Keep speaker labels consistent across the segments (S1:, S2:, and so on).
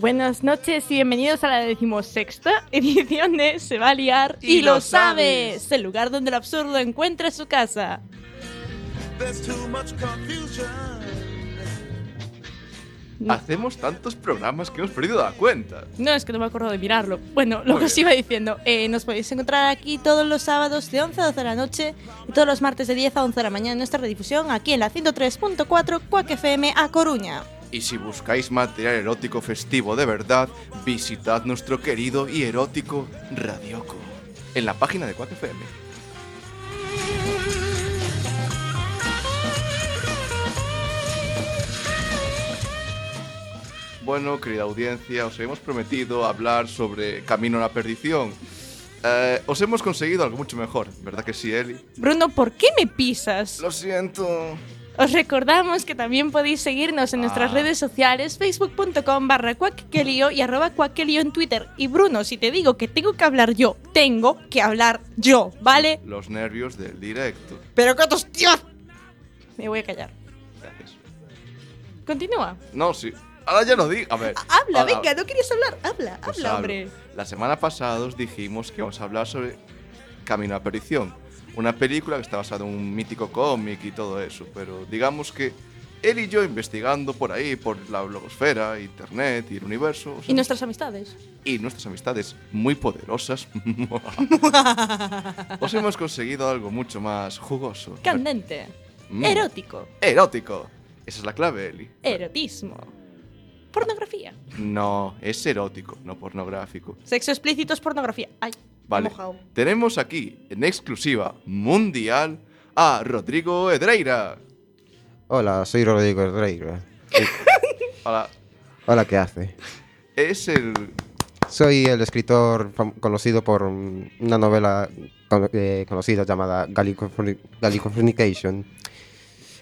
S1: Buenas noches y bienvenidos a la decimosexta edición de Se va a liar y, lo sabes. el lugar donde el absurdo encuentra su casa.
S2: There's too much confusion.
S1: Ah.
S3: Hacemos tantos programas que hemos perdido la cuenta.
S1: No, es que no me acuerdo de mirarlo. Bueno, lo
S3: Muy
S1: que os iba diciendo, eh, nos podéis encontrar aquí todos los sábados de 11 a 12 de la noche y todos los martes de 10 a 11 de la mañana en nuestra redifusión aquí en la 103.4 Quack FM a Coruña.
S3: Y si buscáis material erótico festivo de verdad, visitad nuestro querido y erótico Radioco. En la página de 4FM. Bueno, querida audiencia, os habíamos prometido hablar sobre Camino a la Perdición. Eh, os hemos conseguido algo mucho mejor, ¿verdad que sí, Eli?
S1: Bruno, ¿por qué me pisas?
S3: Lo siento.
S1: Os recordamos que también podéis seguirnos en nuestras
S3: Ah.
S1: redes sociales, facebook.com barra cuacquelio y arroba cuacquelio en Twitter. Y Bruno, si te digo que tengo que hablar yo, tengo que hablar yo, ¿vale?
S3: Los nervios del directo.
S1: Pero qué tíos. Me voy a callar.
S3: Gracias.
S1: Continúa.
S3: No, sí. Ahora ya lo digo. A ver.
S1: Habla,
S3: ahora-
S1: venga, no querías hablar. Habla,
S3: pues
S1: habla,
S3: hablo.
S1: hombre.
S3: La semana pasada os dijimos que íbamos a hablar sobre Camino a Perdición. Una película que está basada en un mítico cómic y todo eso. Pero digamos que él y yo investigando por ahí, por la blogosfera, internet y el universo. o sea,
S1: Y nuestras amistades.
S3: y nuestras amistades muy poderosas. os hemos conseguido algo mucho más jugoso.
S1: Candente.
S3: Mm,
S1: Erótico.
S3: Erótico. Esa es la clave, Eli.
S1: Erotismo. Pornografía.
S3: No, es erótico, no pornográfico.
S1: Sexo explícito es pornografía. Ay, me he
S3: Vale.
S1: mojado.
S3: Tenemos aquí, en exclusiva mundial, a Rodrigo Edreira.
S4: Hola, soy Rodrigo Herreiro.
S3: Hola.
S4: Hola, ¿qué hace?
S3: Es el.
S4: Soy el escritor fam- conocido por mm, una novela con- eh, conocida llamada Gallicofuni- Gallicofunication.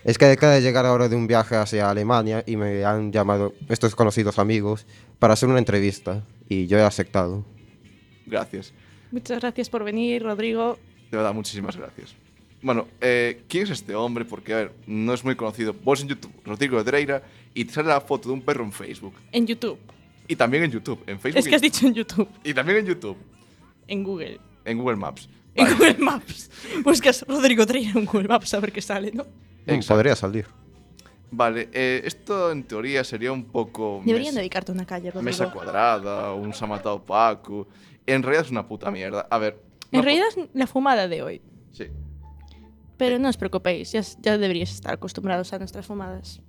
S4: Es que acabo de llegar ahora de un viaje hacia Alemania y me han llamado estos conocidos amigos para hacer una entrevista y yo he aceptado.
S3: Gracias.
S1: Muchas gracias por venir, Rodrigo.
S3: De verdad, muchísimas gracias. Bueno, eh, ¿quién es este hombre? Porque, a ver, no es muy conocido. Vos en YouTube, Rodrigo Edreira, y te sale la foto de un perro en Facebook.
S1: En YouTube.
S3: Y también en YouTube. En Facebook.
S1: Es que has dicho en YouTube.
S3: y, y también en YouTube.
S1: En Google.
S3: En Google Maps.
S1: En Google Maps. Buscas Rodrigo Treira en Google Maps a ver qué sale, ¿no?
S4: Mm, Podría salir.
S3: Vale, eh, esto en teoría sería un poco.
S1: Deberían
S3: mes-
S1: dedicarte una calle, Rodrigo.
S3: Mesa cuadrada, un Samata opaco. En realidad es una puta mierda. A ver. no
S1: En
S3: po-
S1: realidad es la fumada de hoy.
S3: Sí. Eh,
S1: Pero no os preocupéis, ya, ya deberíais estar acostumbrados a nuestras fumadas.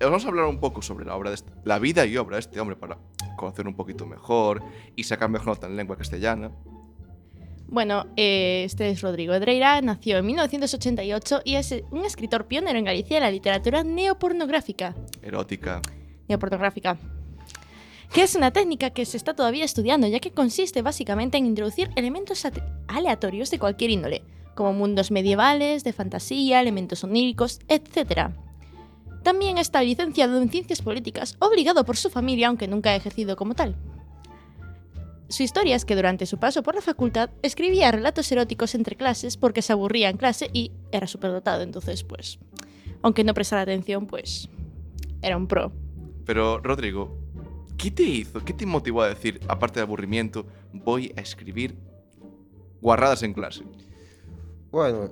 S3: Eh, Vamos a hablar un poco sobre la obra de este- la vida y obra de este hombre para conocer un poquito mejor y sacar mejor nota en lengua castellana.
S1: Bueno, eh, este es Rodrigo Edreira, nació en 1988 y es un escritor pionero en Galicia de la literatura neopornográfica.
S3: Erótica.
S1: Neopornográfica. Que es una técnica que se está todavía estudiando, ya que consiste básicamente en introducir elementos ate- aleatorios de cualquier índole, como mundos medievales, de fantasía, elementos oníricos, etc. También está licenciado en ciencias políticas, obligado por su familia, aunque nunca ha ejercido como tal. Su historia es que durante su paso por la facultad escribía relatos eróticos entre clases porque se aburría en clase y era superdotado, entonces pues, aunque no prestara atención, pues era un pro.
S3: Pero, Rodrigo, ¿qué te hizo? ¿Qué te motivó a decir, aparte de aburrimiento, voy a escribir guarradas en clase?
S4: Bueno,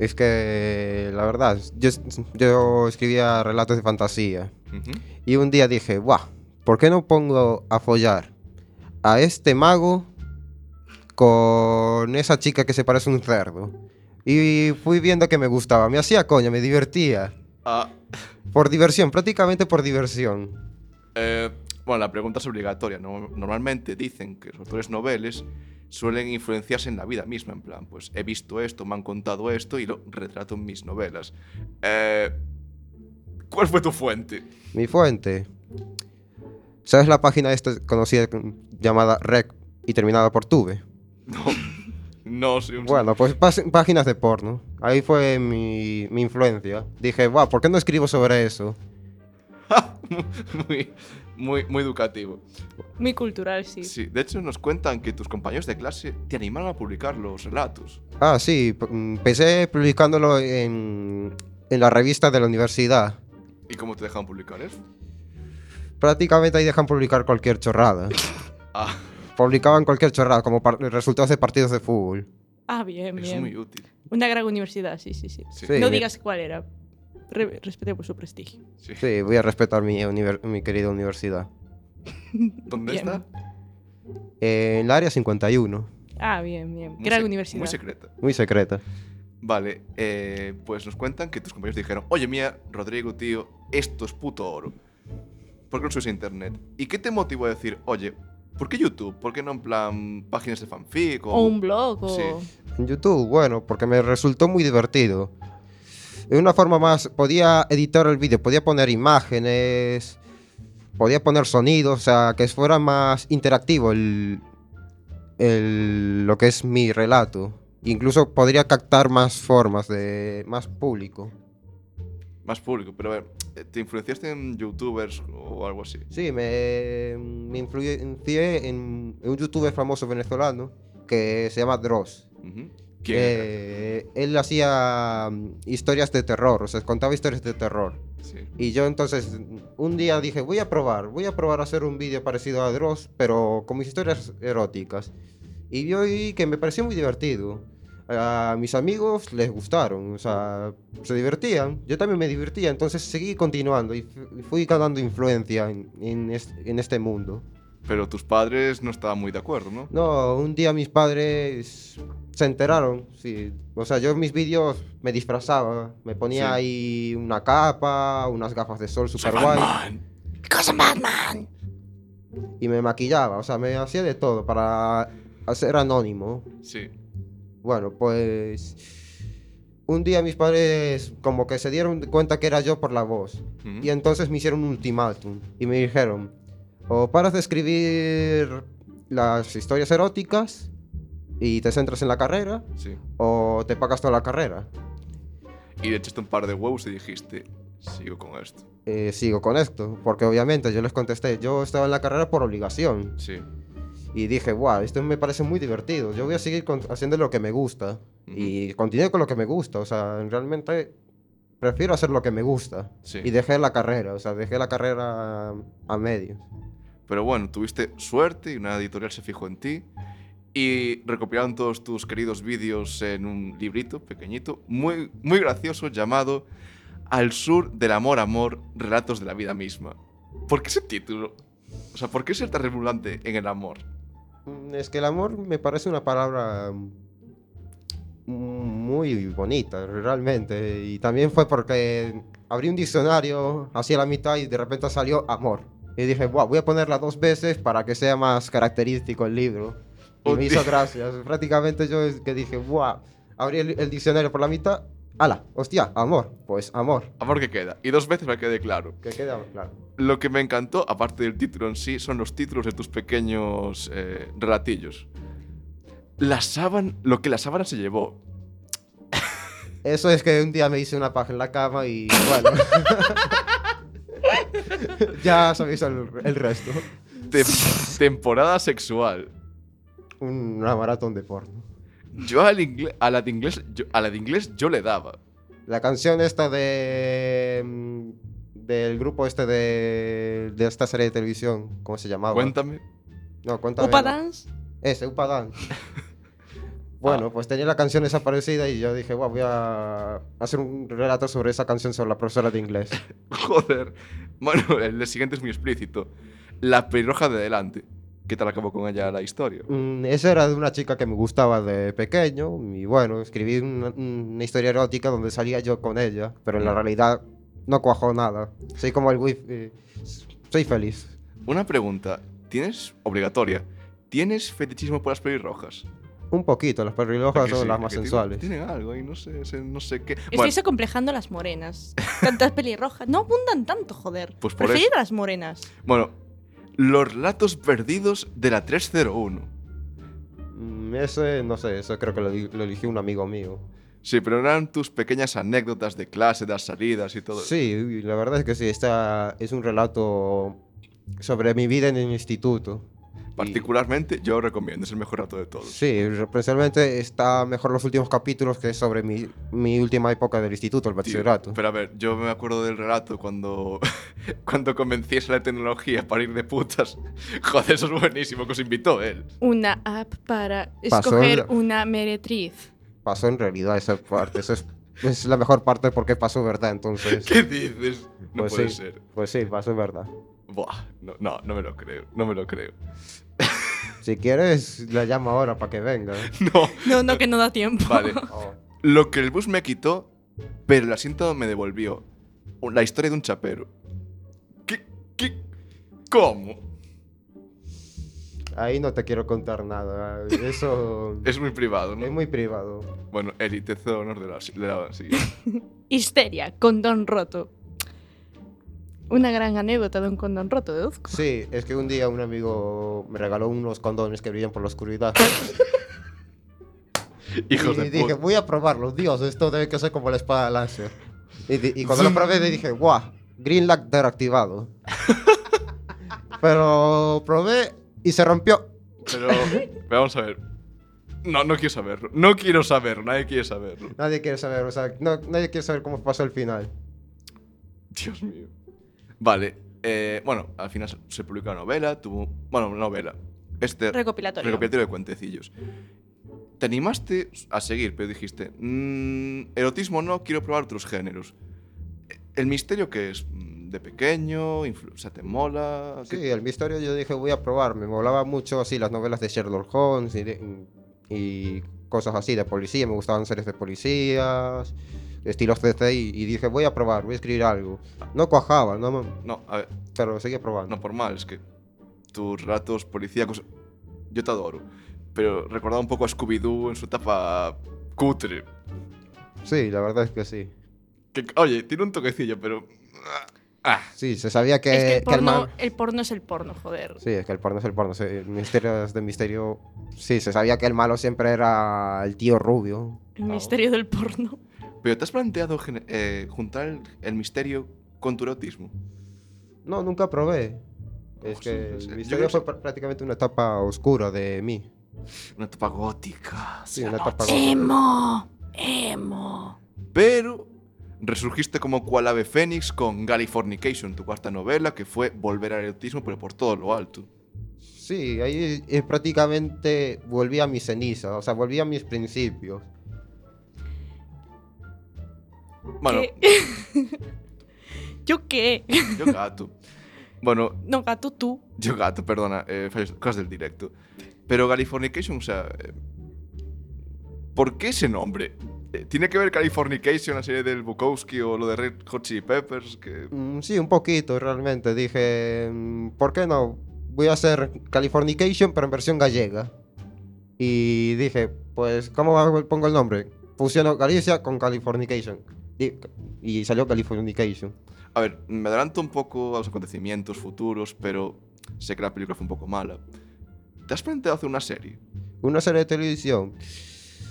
S4: es que la verdad, yo, yo escribía relatos de fantasía.
S3: Ujú.
S4: Y un día dije, guau, ¿por qué no pongo a follar a este mago con esa chica que se parece a un cerdo? Y fui viendo que me gustaba, me hacía coña, me divertía.
S3: Ah,
S4: Por diversión, prácticamente por diversión.
S3: Eh, bueno, la pregunta es obligatoria. ¿no? Normalmente dicen que los autores noveles suelen influenciarse en la vida misma, en plan, pues he visto esto, me han contado esto y lo retrato en mis novelas. Eh, ¿Cuál fue tu fuente?
S4: Mi fuente. ¿Sabes la página esta conocida con- llamada Rec y terminada por Tube?
S3: No, no soy un...
S4: Bueno, pues pas- páginas de porno. Ahí fue mi, mi influencia. Dije, guau, ¿por qué no escribo sobre eso?
S3: muy, muy, muy educativo.
S1: Muy cultural, sí.
S3: Sí, de hecho nos cuentan que tus compañeros de clase te animaron a publicar los relatos.
S4: Ah, sí, p- mm, empecé publicándolo en, en la revista de la universidad.
S3: ¿Y cómo te dejaban publicar eso?
S4: prácticamente ahí dejan publicar cualquier chorrada.
S3: Ah,
S4: Publicaban cualquier chorrada, como par- resultados de partidos de fútbol.
S5: Ah, bien,
S3: eso es muy
S5: bien.
S3: útil.
S5: Una gran universidad, sí, sí, sí.
S3: Sí.
S4: Sí.
S5: no
S4: me-
S5: digas cuál era. Re- respetemos su prestigio.
S3: Sí.
S4: Sí, voy a respetar mi, univer- mi querida universidad.
S3: ¿Dónde
S5: Bien.
S3: está?
S4: Eh, en la área 51,
S5: Ah, bien, bien.
S3: Muy
S5: Gran
S3: sec-
S5: universidad.
S3: Muy secreta.
S4: muy secreta.
S3: Vale, eh, pues nos cuentan que tus compañeros dijeron, oye mía, Rodrigo, tío, esto es puto oro. ¿Por qué no subes a internet? ¿Y qué te motivó a decir, oye, ¿por qué YouTube? ¿Por qué no en plan páginas de fanfic? O,
S5: O un blog, o...
S3: Sí.
S4: En YouTube, bueno, porque me resultó muy divertido. De una forma más, podía editar el vídeo, podía poner imágenes, podía poner sonidos, o sea, que fuera más interactivo el, el- lo que es mi relato. Incluso podría captar más formas de más público.
S3: Más público, pero a ver, eh, ¿te influenciaste en youtubers o algo así?
S4: Sí, me, me influencié en, en un youtuber famoso venezolano que se llama Dross.
S3: Ujú. ¿Quién era?
S4: Eh, que él hacía mm, historias de terror, o sea, contaba historias de terror.
S3: Sí.
S4: Y yo entonces un día dije, voy a probar, voy a probar a hacer un vídeo parecido a Dross, pero con mis historias eróticas. Y yo vi que me pareció muy divertido. A mis amigos les gustaron, o sea, se divertían. Yo también me divertía, entonces seguí continuando y fu- y fui ganando influencia en, en es- en este mundo.
S3: Pero tus padres no estaban muy de acuerdo, ¿no?
S4: No, un día mis padres se enteraron, sí. O sea, yo en mis vídeos me disfrazaba, me ponía
S3: Sí.
S4: ahí una capa, unas gafas de sol super guay
S5: ¡Cosa Batman!
S4: y me maquillaba, o sea, me hacía de todo para ser anónimo.
S3: Sí.
S4: Bueno, pues un día mis padres como que se dieron cuenta que era yo por la voz
S3: Ujú.
S4: y entonces me hicieron un ultimátum y me dijeron, o paras de escribir las historias eróticas y te centras en la carrera
S3: Sí.
S4: o te pagas toda la carrera.
S3: Y le echaste un par de huevos y dijiste, sigo con esto.
S4: Eh, sigo con esto, porque obviamente yo les contesté, yo estaba en la carrera por obligación
S3: Sí.
S4: y dije, wow, esto me parece muy divertido, yo voy a seguir con- haciendo lo que me gusta y continué con lo que me gusta, o sea, realmente prefiero hacer lo que me gusta
S3: Sí.
S4: y dejé la carrera, o sea, dejé la carrera a medios.
S3: Pero bueno, tuviste suerte y una editorial se fijó en ti. Y recopilaron todos tus queridos vídeos en un librito pequeñito, muy, muy gracioso, llamado Al sur del amor, amor, relatos de la vida misma. ¿Por qué ese título? O sea, ¿por qué ser tan redundante en el amor?
S4: Mm, Es que el amor me parece una palabra mm, muy bonita, realmente. Y también fue porque abrí un diccionario hacia la mitad y de repente salió amor. Y dije, "Buah, voy a ponerla dos veces para que sea más característico el libro. Y me
S3: Hostia.
S4: hizo gracias. Prácticamente yo es que dije, wow, abrí el, el diccionario por la mitad. ¡Hala! ¡Hostia! ¡Amor! Pues amor.
S3: Amor que queda. Y dos veces para que quede claro.
S4: Que queda claro.
S3: Lo que me encantó, aparte del título en sí, son los títulos de tus pequeños eh, relatillos. La sábana, lo que la sábana se llevó.
S4: Eso es que un día me hice una paja en la cama y bueno. ya sabéis el, el resto.
S3: Tem- temporada sexual.
S4: Una maratón de porno.
S3: Yo al ingle- a la de inglés, yo, a la de inglés yo le daba.
S4: La canción esta de. mm, del grupo este de. de esta serie de televisión. ¿Cómo se llamaba?
S3: Cuéntame.
S4: No, cuéntame.
S5: ¿Upa
S4: no.
S5: Dance?
S4: Ese, Upa Dance. Bueno, pues tenía la canción desaparecida y yo dije, "Buah, voy a hacer un relato sobre esa canción sobre la profesora de inglés.
S3: Joder. Bueno, el siguiente es muy explícito. La pelirroja de delante. ¿Qué tal acabó con ella la historia?
S4: Mm, esa era de una chica que me gustaba de pequeño y bueno, escribí una, una historia erótica donde salía yo con ella, pero en la realidad no cuajó nada. Soy como el wifi, eh, soy feliz.
S3: Una pregunta. ¿Tienes obligatoria? ¿Tienes fetichismo por las pelirrojas?
S4: Un poquito, las
S3: ¿A
S4: perrilojas
S3: que
S4: son
S3: sí?
S4: las
S3: ¿A
S4: más
S3: que tienen-
S4: sensuales.
S3: Tienen algo y no sé, se- no sé qué.
S5: Estoy
S3: Bueno,
S5: acomplejando a las morenas. Tantas pelirrojas. No abundan tanto, joder.
S3: Pues por
S5: Preferid a las morenas.
S3: bueno, los relatos perdidos de la 301.
S4: Mm, Ese, no sé, eso creo que lo, di- lo eligió un amigo mío.
S3: Sí, pero eran tus pequeñas anécdotas de clase, de las salidas y todo.
S4: Sí, uy, la verdad es que sí, esta es un relato sobre mi vida en el instituto.
S3: Particularmente, yo lo recomiendo, es el mejor rato de todos.
S4: Sí, precisamente está mejor los últimos capítulos que sobre mi, mi última época del instituto, el
S3: Tío,
S4: bachillerato.
S3: Pero a ver, yo me acuerdo del relato cuando, cuando convenciese la tecnología para ir de putas. Joder, eso es buenísimo que os invitó él.
S1: Una app para
S4: Pasó
S1: escoger
S4: la-
S1: una meretriz.
S4: Pasó en realidad esa parte, eso es, es la mejor parte porque pasó verdad, entonces.
S3: ¿Qué dices? No
S4: Pues
S3: puede
S4: sí.
S3: ser.
S4: Pues sí, pasó verdad.
S3: Buah, no, no, no me lo creo, no me lo creo.
S4: Si quieres, la llamo ahora para que venga.
S3: No,
S1: No, no, que no da tiempo.
S3: vale.
S4: Oh.
S3: Lo que el bus me quitó, pero el asiento me devolvió. La historia de un chapero. ¿Qué? ¿Qué? ¿Cómo?
S4: Ahí no te quiero contar nada. Eso
S3: Es muy privado, ¿no?
S4: es muy privado.
S3: Bueno, Eli, te cedo honor de la, de la siguiente.
S1: Histeria, condón roto. Una gran anécdota de un condón roto, deduzco.
S4: Sí, es que un día un amigo me regaló unos condones que brillan por la oscuridad.
S3: Hijos
S4: y
S3: de
S4: dije,
S3: puta.
S4: voy a probarlo. Dios, esto debe que ser como la espada láser. Y, di- y cuando lo probé le dije, guau, Green Lantern activado. Pero probé y se rompió.
S3: Pero, pero vamos a ver. No, no quiero saberlo. No quiero saberlo. Nadie quiere saberlo.
S4: Nadie quiere saber, o sea, no- nadie quiere saber cómo pasó el final.
S3: Dios mío. Vale. eh, bueno, al final se- se publicó la novela. Tuvo. Bueno, novela. Este
S1: Recopilatorio.
S3: recopilatorio de cuentecillos. Te animaste a seguir, pero dijiste: "Mm, erotismo no, quiero probar otros géneros. Eh, ¿El misterio que es? Mm, ¿De pequeño? Influ- o sea, ¿Te mola? ¿Qué-
S4: Sí, el misterio yo dije, voy a probar. Me molaba mucho así las novelas de Sherlock Holmes y, de- y cosas así de policía. Me gustaban series de policías, estilos CCI. Y dije, voy a probar, voy a escribir algo. No cuajaba, no, me-
S3: No, a ver.
S4: pero seguía probando.
S3: No por mal, es que tus relatos policíacos. Yo te adoro. Pero recordaba un poco a Scooby-Doo en su etapa cutre.
S4: Sí, la verdad es que sí.
S3: Que, oye, tiene un toquecillo, pero. Ah,
S4: Sí, se sabía que,
S1: es que el
S4: que el
S1: porno,
S4: man-
S1: el porno es el porno, joder.
S4: Sí, es que el porno es el porno. sí, El misterio es de misterio. Sí, se sabía que el malo siempre era el tío rubio.
S1: El misterio del porno.
S3: pero te has planteado gen- eh, juntar el, el misterio con tu erotismo.
S4: No, nunca probé. Es
S3: Sí,
S4: que
S3: sí, yo
S4: el
S3: creo
S4: misterio
S3: que
S4: fue pr- prácticamente una etapa oscura de mí.
S3: Una etapa gótica.
S4: Sí, una etapa
S5: ¡Emo! ¡Emo!
S3: Pero resurgiste como cual ave fénix con Californication, tu cuarta novela, que fue volver al erotismo, pero por todo lo alto.
S4: Sí, ahí eh, prácticamente volví a mis cenizas, o sea, volví a mis principios.
S3: Bueno,
S1: ¿Yo qué?
S3: yo gato. Bueno,
S1: No, gato, tú.
S3: Yo gato, perdona, eh, fallos- cosas del directo. Pero Californication, o sea. eh, ¿Por qué ese nombre? Eh, ¿Tiene que ver Californication, la serie del Bukowski o lo de Red Hot Chili Peppers? Que...
S4: Mm, sí, un poquito realmente. Dije, mm, ¿por qué no? Voy a hacer Californication, pero en versión gallega. Y dije, pues, ¿cómo hago- pongo el nombre? Fusiono Galicia con Californication. Y, y salió Californication.
S3: A ver, me adelanto un poco a los acontecimientos futuros, pero sé que la película fue un poco mala. ¿Te has planteado hacer una serie?
S4: ¿Una serie de televisión?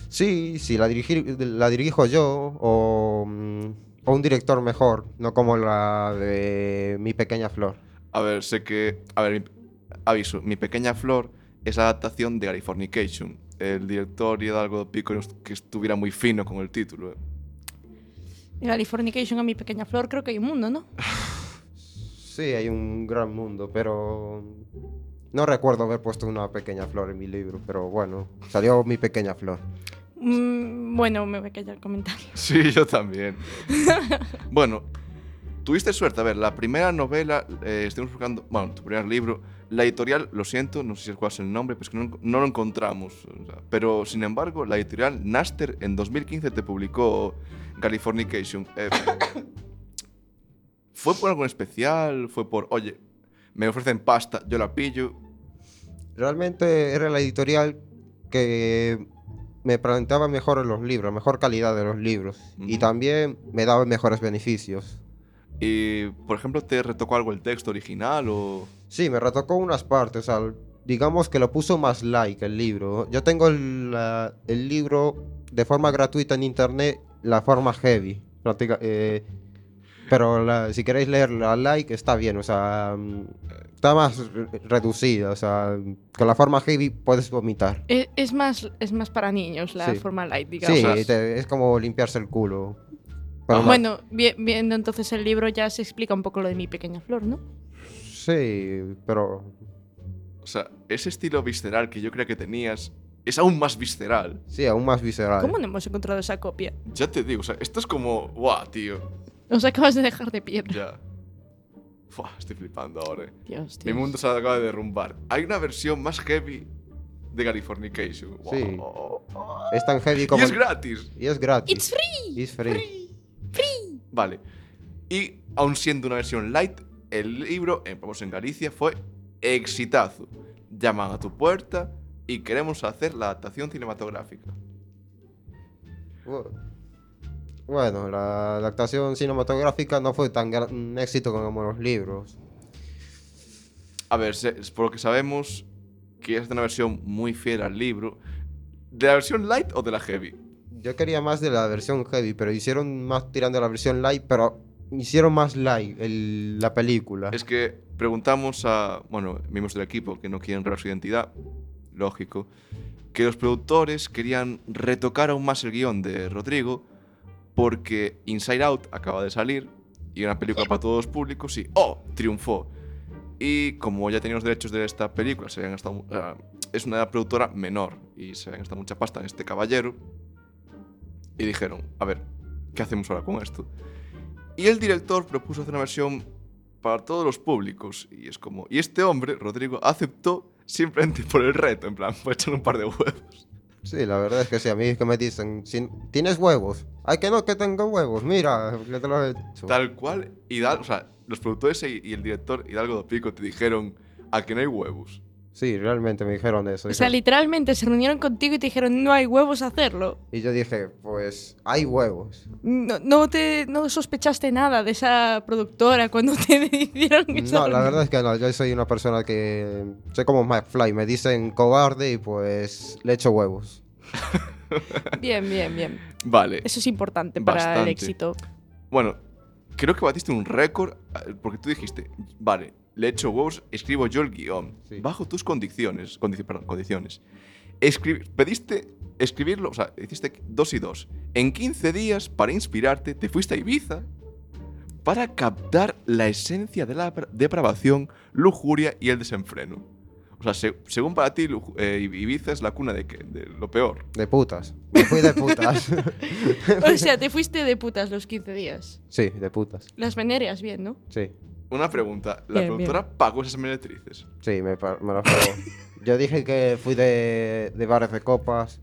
S4: Sí, sí, la, dirigir- la dirijo yo o, mm, o un director mejor, no como la de Mi Pequeña Flor.
S3: A ver, sé que. A ver, mi- aviso. Mi pequeña flor es la adaptación de Californication. El director Hidalgo Pico que estuviera muy fino con el título. eh.
S1: Californication a mi pequeña flor, creo que hay un mundo, ¿no?
S4: Sí, hay un gran mundo, pero no recuerdo haber puesto una pequeña flor en mi libro, pero bueno, salió mi pequeña flor.
S1: Mm, bueno, me voy a callar el comentario.
S3: Sí, yo también. bueno, tuviste suerte. A ver, la primera novela, eh, estuvimos buscando, bueno, tu primer libro, la editorial, lo siento, no sé si cuál es el nombre, pero es que no, no lo encontramos. o sea, pero, sin embargo, la editorial Naster en 2015 te publicó Californication. Eh, ¿Fue por algo en especial? ¿Fue por, oye, me ofrecen pasta, yo la pillo?
S4: Realmente era la editorial que me planteaba mejor los libros, mejor calidad de los libros y
S3: Ujú.
S4: también me daba mejores beneficios.
S3: Y, por ejemplo, ¿te retocó algo el texto original o...?
S4: Sí, me retocó unas partes, o sea, digamos que lo puso más like el libro. Yo tengo el, la- el libro de forma gratuita en internet, la forma heavy. práctica- eh, Pero la- si queréis leer la like, está bien, o sea. mm, Está más re- reducida, o sea. Con la forma heavy puedes vomitar.
S1: Es, E, es más, es más para niños la
S4: Sí.
S1: forma light, digamos. Ah,
S4: Sí,
S3: Digamos.
S4: te- es como limpiarse el culo. Pero más-
S1: Bueno, vi- viendo entonces el libro ya se explica un poco lo de mi pequeña flor, ¿no?
S4: Sí, pero.
S3: O sea, ese estilo visceral que yo creía que tenías es aún más visceral.
S4: Sí, aún más visceral.
S1: ¿Cómo no hemos encontrado esa copia?
S3: Ya te digo, o sea, esto es como. ¡Guau, tío!
S1: Nos acabas de dejar de piedra.
S3: Ya. Fua, estoy flipando ahora. eh.
S1: Dios,
S3: Mi
S1: Dios.
S3: mundo se acaba de derrumbar. Hay una versión más heavy de Californication.
S4: Sí.
S3: Wow.
S4: Es tan heavy
S3: Y
S4: como.
S3: es gratis.
S4: y es gratis.
S5: It's free.
S4: It's free.
S3: Vale. Y aun siendo una versión light, el libro, en Vamos en Galicia, fue exitazo. Llaman a tu puerta y queremos hacer la adaptación cinematográfica.
S4: Bu- Bueno, la adaptación cinematográfica no fue tan gran- un éxito como los libros.
S3: A ver, se- es por lo que sabemos que es una versión muy fiel al libro. ¿De la versión light o de la heavy?
S4: Yo quería más de la versión heavy, pero hicieron más tirando a la versión light, pero hicieron más light el- la película.
S3: Es que preguntamos a, bueno, miembros del equipo que no quieren revelar su identidad, lógico, que los productores querían retocar aún más el guión de Rodrigo porque Inside Out acaba de salir y era una película para todos los públicos y ¡oh! triunfó. Y como ya tenían los derechos de esta película, se habían gastado, ah, es una productora menor y se habían gastado mucha pasta en este caballero y dijeron, a ver, ¿qué hacemos ahora con esto? Y el director propuso hacer una versión para todos los públicos. Y es como, y este hombre, Rodrigo, aceptó simplemente por el reto, en plan, fue echar un par de huevos.
S4: Sí, la verdad es que sí, a mí es que me dicen, "Si- ¿tienes huevos? Ay, que no, que tengo huevos, mira, que te lo he hecho.
S3: Tal cual, Hidalgo, o sea, los productores y, y el director Hidalgo do Pico te dijeron, a que no hay huevos.
S4: Sí, realmente me dijeron eso.
S1: O sea,
S4: dije-
S1: literalmente se reunieron contigo y te dijeron, no hay huevos a hacerlo.
S4: y yo dije, pues hay huevos.
S1: No, no te no sospechaste nada de esa productora cuando te hicieron esa
S4: No, la
S1: reunión.
S4: verdad es que no, yo soy una persona que soy como McFly, me dicen cobarde y pues le echo huevos.
S1: Bien, bien, bien.
S3: Vale,
S1: Eso es importante para el
S3: Bastante.
S1: éxito.
S3: bueno, creo que batiste un récord eh, porque tú dijiste, vale, le echo huevos, escribo yo el guión,
S4: Sí.
S3: bajo tus condiciones, condici- perdón, condiciones. Escri- pediste escribirlo, o sea, hiciste dos y dos. En 15 días, para inspirarte, te fuiste a Ibiza para captar la esencia de la pra- depravación, lujuria y el desenfreno. O sea, se- según para ti, luju- eh, Ibiza es la cuna de, qué? de lo peor.
S4: De putas. Me fui de putas.
S1: O sea, te fuiste de putas los 15 días.
S4: sí, de putas.
S1: Las venereas bien, ¿no?
S4: Sí,
S3: Una pregunta, ¿la
S1: Bien, bien.
S3: productora pagó esas meretrices?
S4: sí, me, pa- me lo pago. Yo dije que fui de, de bares de copas.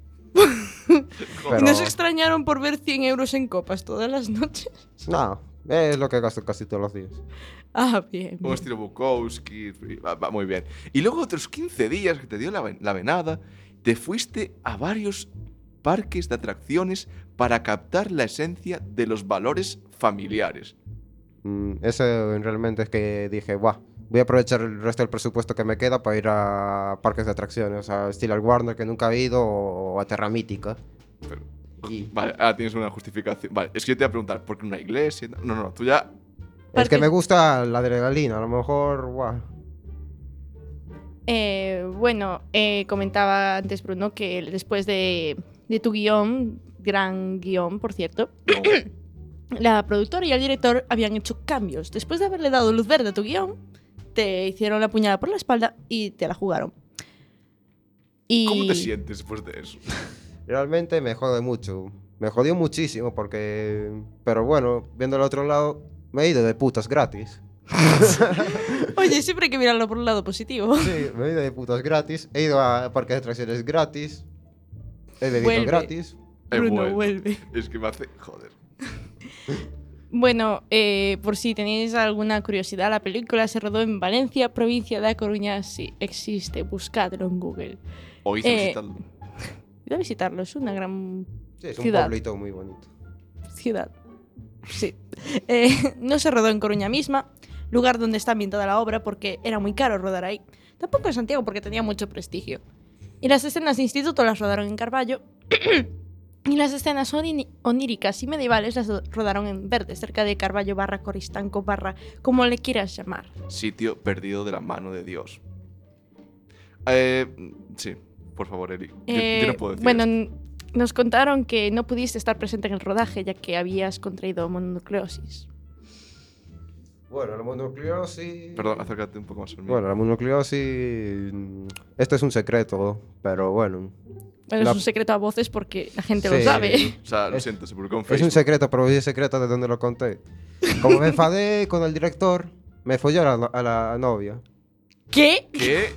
S4: pero
S1: ¿Nos extrañaron por ver 100 euros en copas todas las noches?
S4: no, es lo que gasto casi todos los días.
S1: Ah, bien.
S3: Un
S1: bien.
S3: estilo Bukowski, y va, va muy bien. Y luego otros 15 días que te dio la, ven- la venada, te fuiste a varios parques de atracciones para captar la esencia de los valores familiares.
S4: Mm, eso realmente es que dije, guau, voy a aprovechar el resto del presupuesto que me queda para ir a parques de atracciones, o sea, estilo al Warner que nunca he ido o a Terra Mítica.
S3: Pero-
S4: Y-
S3: Vale, ahora tienes una justificación. Vale, es que yo te iba a preguntar, ¿por qué una iglesia? No, no, no, tú ya...
S4: Es que
S1: Parques-
S4: me gusta la adrenalina, a lo mejor, guau.
S1: Eh, bueno, eh, comentaba antes Bruno que después de, de tu guión, gran guión, por cierto,
S3: no.
S1: la productora y el director habían hecho cambios. Después de haberle dado luz verde a tu guión, te hicieron la puñalada por la espalda y te la jugaron. Y...
S3: ¿Cómo te sientes después de eso?
S4: Realmente me jode mucho. Me jodió muchísimo porque... Pero bueno, viendo el otro lado, me he ido de putas gratis.
S1: Oye, siempre hay que mirarlo por un lado positivo.
S4: Sí, me he ido de putas gratis. He ido a parques de atracciones gratis. He bebido
S1: Vuelve.
S4: gratis.
S3: Eh,
S1: Bruno,
S3: bueno,
S1: vuelve.
S3: Es que me hace... Joder.
S1: Bueno, eh, por si tenéis alguna curiosidad, la película se rodó en Valencia, provincia de A Coruña. Sí, existe, buscadlo en Google.
S3: O hice
S1: Eh,
S3: visitando.
S1: Id a visitarlo, es una gran
S4: Sí, es un
S1: Ciudad.
S4: pueblito muy bonito.
S1: ciudad. Sí. Eh, no se rodó en Coruña misma, lugar donde está ambientada la obra, porque era muy caro rodar ahí. Tampoco en Santiago, porque tenía mucho prestigio. Y las escenas de instituto las rodaron en Carballo Y las escenas oni- oníricas y medievales las rodaron en verde, cerca de Carballo barra Coristanco barra, como le quieras llamar.
S3: Sitio perdido de la mano de Dios. Eh, sí, por favor, Eli. Yo- Yo,
S1: Eh,
S3: no puedo decir.
S1: bueno,
S3: esto.
S1: n- nos contaron que no pudiste estar presente en el rodaje ya que habías contraído mononucleosis.
S4: Bueno, la mononucleosis.
S3: Perdón, acércate un poco más al micro.
S4: Bueno, la mononucleosis. mm, Esto es un secreto, pero bueno.
S1: Bueno,
S4: La-
S1: es un secreto a voces porque la gente lo
S4: Sí.
S1: sabe.
S3: O sea, lo
S4: Es-
S3: siento, se publicó en
S4: Es un
S3: Facebook.
S4: secreto, pero es secreto de donde lo conté. Como me enfadé con el director, me follé a la, no- a la novia.
S1: ¿Qué?
S3: ¿Qué?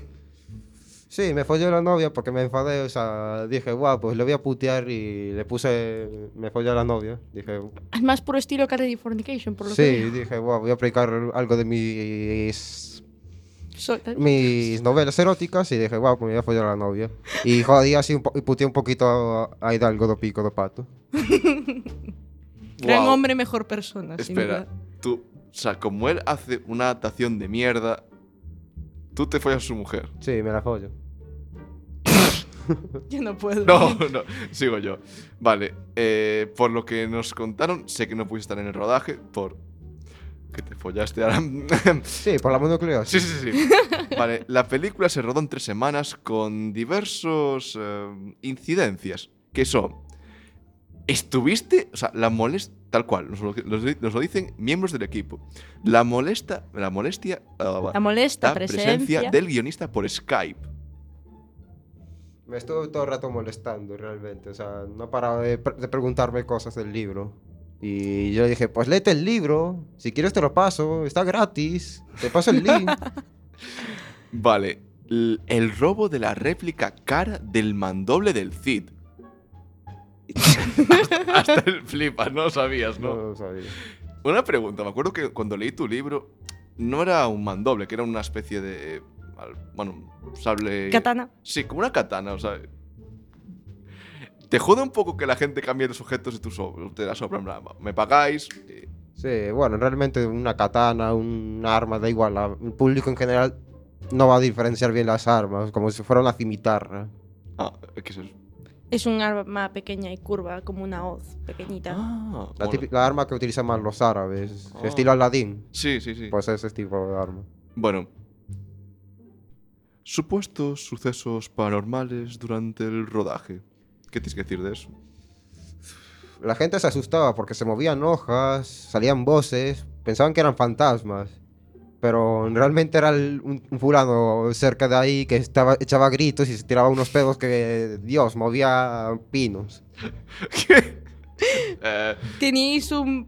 S4: Sí, me follé a la novia porque me enfadé, o sea, dije, guau, pues le voy a putear y le puse, me follé a la novia. Dije,
S1: Al más puro estilo Californication, por lo
S4: sí,
S1: que
S4: dije, guau, voy a aplicar algo de mis,
S1: Solta-
S4: mis novelas eróticas y dije, guau, pues me voy a follar a la novia. Y jodí así un po- y puteé un poquito a, a Hidalgo do Pico do Pato.
S1: Gran
S3: Guau.
S1: hombre, mejor persona. sin
S3: Espera,
S1: duda.
S3: tú. O sea, como él hace una adaptación de mierda, tú te follas a su mujer.
S4: Sí, me la follo.
S1: Yo no puedo.
S3: No, no, sigo yo. Vale, eh, por lo que nos contaron, sé que no pudiste estar en el rodaje por que te follaste a la...
S4: Sí, por la mononucleosis.
S3: sí, sí, sí, sí. Vale, la película se rodó en tres semanas con diversos eh, incidencias que son... Estuviste, o sea, la molestia, tal cual, nos lo, nos lo- nos lo dicen miembros del equipo. La molesta, la molestia, ah,
S1: La molesta
S3: la
S1: presencia.
S3: del guionista por Skype.
S4: Me estuvo todo el rato molestando realmente, o sea, no paraba de, pre- de preguntarme cosas del libro. Y yo le dije, pues léete el libro, si quieres te lo paso, está gratis, te paso el link.
S3: Vale. l- El robo de la réplica cara del mandoble del Cid. hasta, hasta el flipa, no sabías,
S4: no
S3: ¿no?
S4: lo sabía.
S3: Una pregunta, me acuerdo que cuando leí tu libro, no era un mandoble, que era una especie de. al- Bueno, un sable.
S1: Katana.
S3: Sí, como una katana, o sea. Te jode un poco que la gente cambie los objetos de tus obras, de las obras. en plan, Me pagáis. eh,
S4: Sí, bueno, realmente una katana, un arma, da igual, la- el público en general no va a diferenciar bien las armas, como si fuera una cimitarra.
S3: ah, ¿qué es eso?
S1: Es un arma pequeña y curva, como una hoz pequeñita.
S3: Ah,
S4: La,
S3: mola.
S4: típica- la arma que utilizan más los árabes,
S3: Ah.
S4: estilo Aladdin,
S3: Sí, sí, sí.
S4: pues ese tipo de arma.
S3: Bueno. Supuestos sucesos paranormales durante el rodaje. ¿Qué tienes que decir de eso?
S4: La gente se asustaba porque se movían hojas, salían voces, pensaban que eran fantasmas. Pero realmente era el- un, un fulano cerca de ahí que estaba, echaba gritos y se tiraba unos pedos que, Dios, movía pinos.
S3: Eh,
S1: Teníais un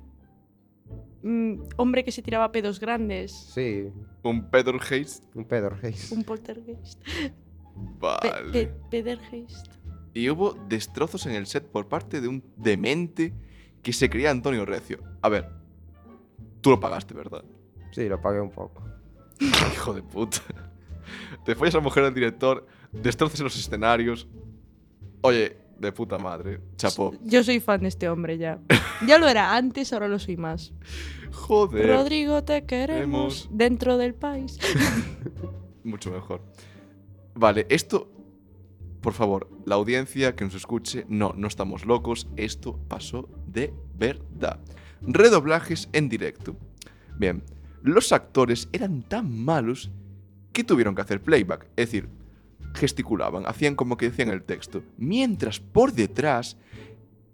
S1: mm, hombre que se tiraba pedos grandes.
S4: Sí,
S3: ¿Un Peterheist?
S4: un pedo, Reyes.
S1: Un poltergeist. Pe-
S3: Vale.
S1: pe- pedergeist.
S3: Y hubo destrozos en el set por parte de un demente que se creía Antonio Recio. A ver, tú lo pagaste, ¿verdad?
S4: Sí, lo pagué un poco.
S3: Hijo de puta. Te follas a la mujer del director, destrozas en los escenarios. Oye, de puta madre. Chapó.
S1: Yo soy fan de este hombre ya. Ya lo era antes, ahora lo soy más.
S3: Joder.
S1: Rodrigo, te queremos
S3: queremos.
S1: dentro del país.
S3: Mucho mejor. Vale, esto. Por favor, la audiencia que nos escuche, no, no estamos locos, esto pasó de verdad. Redoblajes en directo. Bien, los actores eran tan malos que tuvieron que hacer playback, es decir, gesticulaban, hacían como que decían el texto. Mientras por detrás,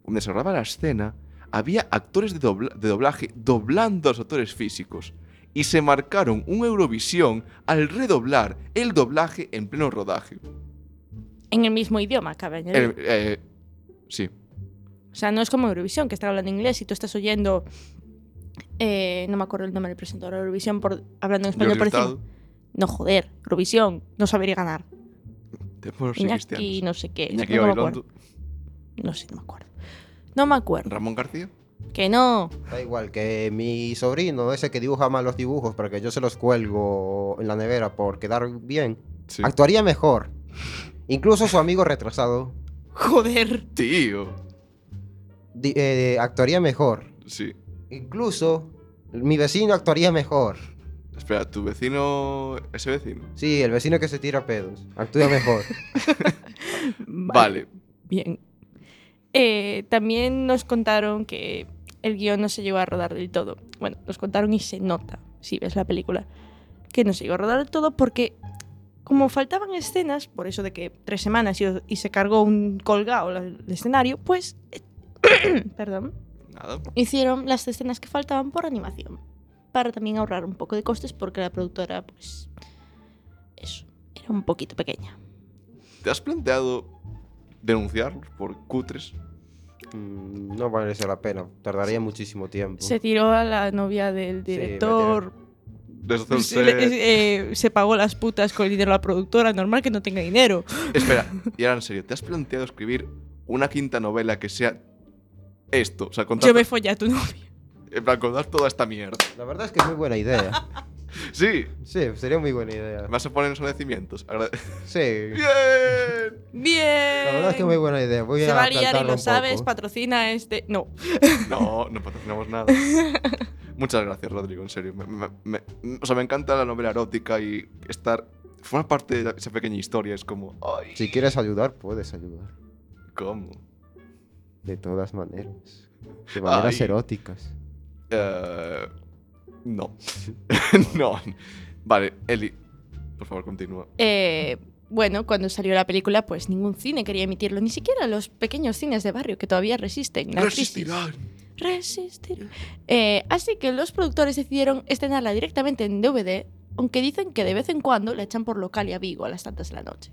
S3: donde se grababa la escena, había actores de, dobla- de doblaje doblando a los actores físicos y se marcaron un Eurovisión al redoblar el doblaje en pleno rodaje.
S1: En el mismo idioma, cabe añadir.
S3: El- eh, sí,
S1: O sea, no es como Eurovisión, que están hablando inglés y tú estás oyendo. eh, no me acuerdo el nombre del presentador de Eurovisión por, hablando en
S3: yo he
S1: español por encima.
S3: gritado,
S1: No, joder, Eurovisión, no sabería ganar.
S3: "Te puedo ser
S1: Iñaki,
S3: cristianos".
S1: no sé qué.
S3: Iñaki
S1: no, me
S3: Gabilondo,
S1: acuerdo. no sé, no me acuerdo. No me acuerdo.
S3: Ramón García.
S1: Que no.
S4: Da igual que mi sobrino, ese que dibuja mal los dibujos para que yo se los cuelgo en la nevera por quedar bien,
S3: Sí.
S4: actuaría mejor. Incluso su amigo retrasado
S1: Joder.
S3: Tío.
S4: di- eh, actuaría mejor.
S3: Sí.
S4: Incluso mi vecino actuaría mejor.
S3: Espera, tu vecino. Ese vecino.
S4: Sí, el vecino que se tira pedos. Actúa mejor.
S3: Vale.
S1: Bien. Eh, también nos contaron que el guión no se llegó a rodar del todo. Bueno, nos contaron y se nota, si ves la película, que no se llegó a rodar del todo porque como faltaban escenas, por eso de que tres semanas y, y se cargó un colgado la- el escenario, pues... perdón
S3: Nada.
S1: hicieron las escenas que faltaban por animación. Para también ahorrar un poco de costes porque la productora, pues... Eso, era un poquito pequeña.
S3: ¿Te has planteado denunciarlos por cutres?
S4: Mm, No merece la pena, tardaría muchísimo tiempo.
S1: Se tiró a la novia del
S4: Sí,
S1: director.
S3: Desde el
S1: se, Pues, le-
S3: set-
S1: eh, se pagó las putas con el dinero de la productora. Normal que no tenga dinero.
S3: Espera, y ahora en serio, ¿te has planteado escribir una quinta novela que sea esto? O sea, contar,
S1: Yo me follé a tu novia.
S3: en plan, contar toda esta mierda.
S4: La verdad es que es muy buena idea.
S3: Sí,
S4: Sí, sería muy buena idea.
S3: me vas a poner agradecimientos. Agrade-
S4: Sí.
S3: ¡Bien!
S1: Bien.
S4: La verdad es que muy buena idea. Voy
S1: Se
S4: a
S1: va a liar y
S4: plantarla
S1: lo
S4: un
S1: sabes.
S4: poco.
S1: Patrocina este. No.
S3: No, no patrocinamos nada. Muchas gracias, Rodrigo, en serio. Me- me- me- o sea, me encanta la novela erótica y estar. Formar parte de esa pequeña historia es como. ¡Ay!
S4: Si quieres ayudar, puedes ayudar.
S3: ¿Cómo?
S4: De todas maneras. De maneras
S3: Ay.
S4: eróticas.
S3: Eh, no. no. Vale, Eli, por favor, continúa.
S1: Eh, bueno, cuando salió la película, pues ningún cine quería emitirlo, ni siquiera los pequeños cines de barrio que todavía resisten. La
S3: Resistirán.
S1: crisis. Resistirán. Eh, así que los productores decidieron estrenarla directamente en DVD, aunque dicen que de vez en cuando la echan por local y a Vigo a las tantas de la noche.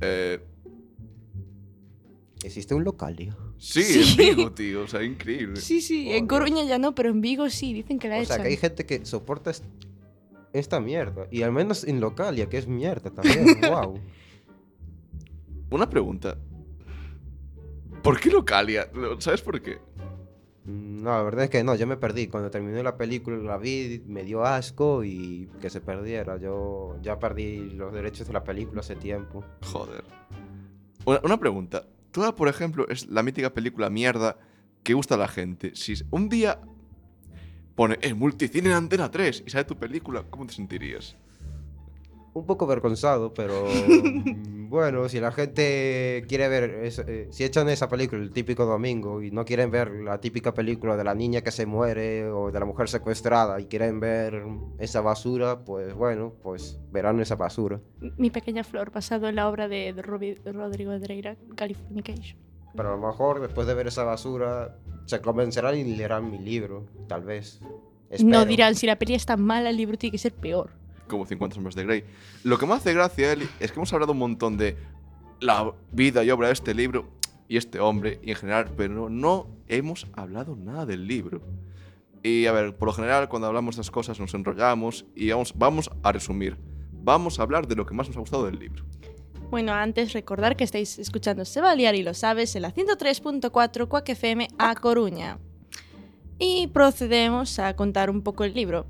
S3: Eh,
S4: Existe un local, tío.
S3: sí,
S1: Sí.
S3: en Vigo, tío. O sea, increíble.
S1: Sí, sí,
S4: Joder.
S1: en Coruña ya no, pero en Vigo sí, dicen que la
S4: O
S1: echan.
S4: sea, que hay gente que soporta es- esta mierda. Y al menos en local, ya que es mierda también. wow.
S3: Una pregunta. ¿Por qué Localia? Lo- ¿Sabes por qué?
S4: Mm, No, la verdad es que no, yo me perdí. Cuando terminé la película, la vi, me dio asco y que se perdiera. Yo ya perdí los derechos de la película hace tiempo.
S3: Joder. Una, una pregunta. Toda, por ejemplo, es la mítica película mierda que gusta a la gente. Si es- un día pone el multicine en Antena 3 y sale tu película, ¿cómo te sentirías?
S4: Un poco vergonzado, pero mm, bueno, si la gente quiere ver, es- eh, si echan esa película el típico domingo y no quieren ver la típica película de la niña que se muere o de la mujer secuestrada y quieren ver esa basura, pues bueno, pues verán esa basura.
S1: Mi pequeña flor, basado en la obra de Robi- Rodrigo Dreira, Californication.
S4: Pero a lo mejor después de ver esa basura se convencerán y leerán mi libro, tal vez.
S1: No
S4: Espero.
S1: dirán, si la peli es tan mala, el libro tiene que ser peor.
S3: Como 50 sombras de Grey. Lo que me hace gracia, Eli, es que hemos hablado un montón de la vida y obra de este libro y este hombre y en general, pero no hemos hablado nada del libro. Y a ver, por lo general cuando hablamos de estas cosas nos enrollamos y vamos, vamos a resumir. Vamos a hablar de lo que más nos ha gustado del libro.
S1: Bueno, antes recordar que estáis escuchando Se va a liar y lo sabes en la 103.4 Quack FM a Coruña. Y procedemos a contar un poco el libro.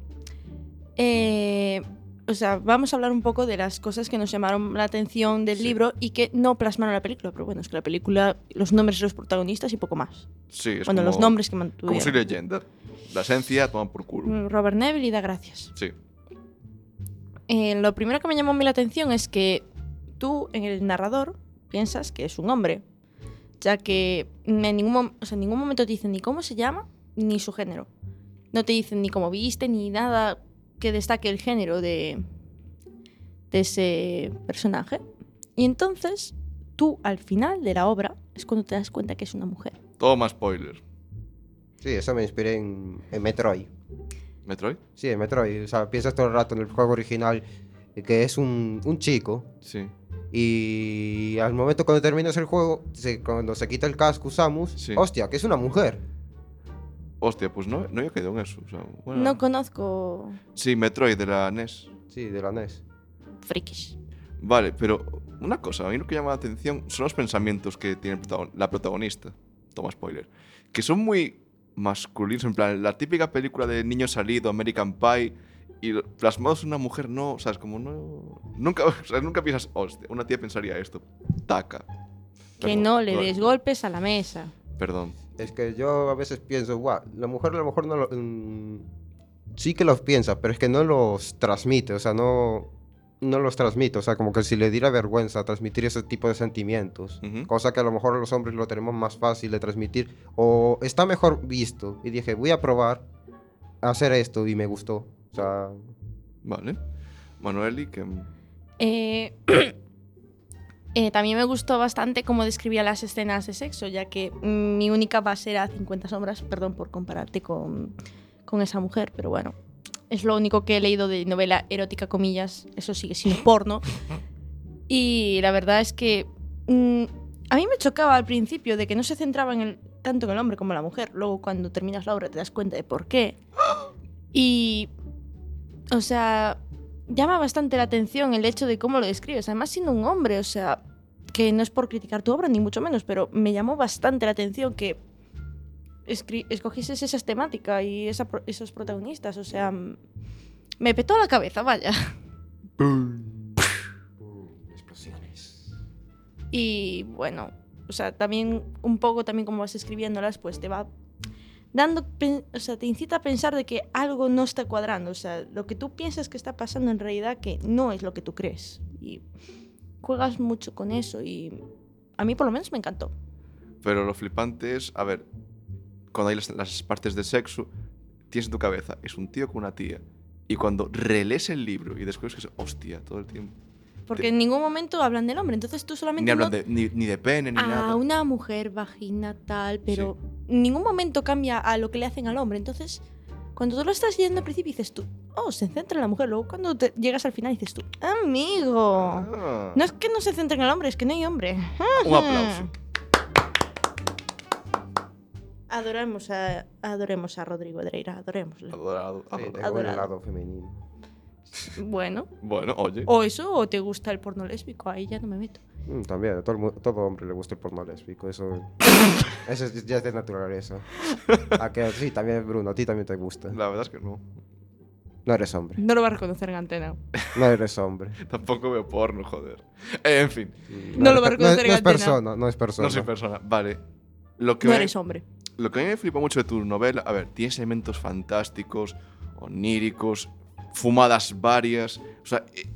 S1: Eh, o sea, vamos a hablar un poco de las cosas que nos llamaron la atención del
S3: Sí.
S1: libro y que no plasmaron la película. Pero bueno, es que la película, los nombres de los protagonistas y poco más.
S3: Sí, es
S1: bueno,
S3: como,
S1: los nombres Mm. que
S3: Como soy
S1: mantuvieron.
S3: leyenda. La esencia toma por culo.
S1: Robert Neville y da gracias.
S3: Sí.
S1: Eh, lo primero que me llamó a mí la atención es que tú, en el narrador, piensas que es un hombre, ya que en ningún, mom- o sea, en ningún momento te dicen ni cómo se llama ni su género. No te dicen ni cómo viste ni nada que destaque el género de, de ese personaje. Y entonces tú, al final de la obra, es cuando te das cuenta que es una mujer.
S3: Toma spoiler.
S4: Sí, eso me inspiré en, en Metroid.
S3: ¿Metroid?
S4: Sí, en Metroid. O sea, piensas todo el rato en el juego original eh, que es un, un chico
S3: Sí.
S4: y al momento cuando terminas el juego, se- cuando se quita el casco Samus,
S3: Sí.
S4: hostia, que es una mujer.
S3: Hostia, pues no, no había quedado en eso. o sea, bueno.
S1: No conozco
S3: sí, Metroid de la NES.
S4: Sí, de la E NES.
S1: frikis.
S3: Vale, pero una cosa, a mí lo que llama la atención son los pensamientos que tiene el protagon- la protagonista. Toma spoiler. Que son muy masculinos, en plan, la típica película de niño salido, American Pie, y lo- plasmados en una mujer, no, o sea, es como no. Nunca, o sea, nunca piensas, hostia, una tía pensaría esto. Taca.
S1: Que
S3: Perdón,
S1: no le
S3: perdón,
S1: des golpes a la mesa.
S3: Perdón.
S4: Es que yo a veces pienso, guau, la mujer a lo mejor no lo... mm, sí que los piensa, pero es que no los transmite, o sea, no... no los transmite, o sea, como que si le diera vergüenza transmitir ese tipo de sentimientos,
S3: Ujú.
S4: cosa que a lo mejor los hombres lo tenemos más fácil de transmitir, o está mejor visto, y dije, voy a probar a hacer esto, y me gustó, o sea,
S3: Vale. Manueli, que...
S1: Eh, eh, también me gustó bastante cómo describía las escenas de sexo, ya que mm, mi única base era 50 sombras, perdón por compararte con, con esa mujer, pero bueno, es lo único que he leído de novela erótica, comillas, eso sigue sin porno. Y la verdad es que mm, a mí me chocaba al principio de que no se centraba en el- tanto en el hombre como en la mujer, luego cuando terminas la obra te das cuenta de por qué. Y, o sea, llama bastante la atención el hecho de cómo lo describes. Además, siendo un hombre, o sea, que no es por criticar tu obra, ni mucho menos, pero me llamó bastante la atención que escri- escogieses esa temática y esa pro- esos protagonistas. O sea, mm, me petó la cabeza, vaya.
S4: Explosiones.
S1: Y bueno, o sea, también un poco también como vas escribiéndolas, pues te va dando, pen- o sea, te incita a pensar de que algo no está cuadrando, o sea, lo que tú piensas que está pasando en realidad que no es lo que tú crees. Y juegas mucho con eso y a mí por lo menos me encantó.
S3: Pero lo flipante es, a ver, cuando hay las, las partes de sexo, tienes en tu cabeza, es un tío con una tía. Y cuando relees el libro y descubres que es hostia todo el tiempo.
S1: Porque en ningún momento hablan del hombre, entonces tú solamente
S3: Ni hablan
S1: no-
S3: de, ni, ni de pene, ni
S1: a
S3: nada.
S1: una mujer vagina tal, pero en ningún momento cambia a lo que le hacen al hombre. Entonces, cuando tú lo estás leyendo al principio dices tú, oh, se centra en la mujer. Luego cuando te llegas al final dices tú, amigo.
S3: Ah.
S1: No es que no se centre en el hombre, es que no hay hombre.
S3: Un aplauso.
S1: Adoremos a, adoremos a Rodrigo Dreira, adorémosle.
S3: Adorado,
S4: Sí,
S3: adorado.
S4: tengo el
S1: Adorado.
S4: lado femenino.
S1: Bueno,
S3: Bueno, oye.
S1: o eso, o te gusta el porno lésbico, ahí ya no me meto.
S4: Mm, también, a todo, el mu- todo hombre le gusta el porno lésbico, eso, eso es- ya es de naturaleza. A que, sí, también, Bruno, a ti también te gusta.
S3: La verdad es que no.
S4: No eres hombre,
S1: No lo vas a reconocer en antena.
S4: no eres hombre.
S3: Tampoco veo porno, joder. Eh, en fin,
S1: No lo va a
S4: eres per-
S1: reconocer
S4: no es
S1: Gatina.
S4: persona, no es persona.
S3: no soy persona. Vale. Lo que
S1: No
S3: me-
S1: eres hombre.
S3: Lo que a mí me flipa mucho de tu novela, a ver, tienes elementos fantásticos, oníricos, fumadas varias. O sea, eh,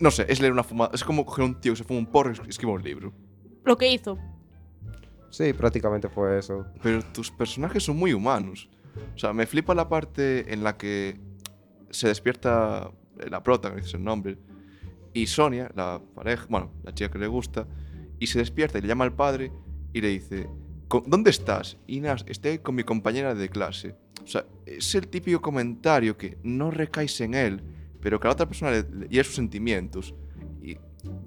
S3: no sé, es leer una fumada. Es como coger un tío que se fuma un porro y es- escribe un libro.
S1: Lo que hizo.
S4: Sí, prácticamente fue eso.
S3: Pero tus personajes son muy humanos. O sea, me flipa la parte en la que se despierta la prota, que no dice el nombre, y Sonia, la pareja, bueno, la chica que le gusta, y se despierta y le llama al padre y le dice, "Co- ¿dónde estás? Inas, estoy con mi compañera de clase. O sea, es el típico comentario que no recaes en él, pero que a la otra persona le, le hiere sus sentimientos. Y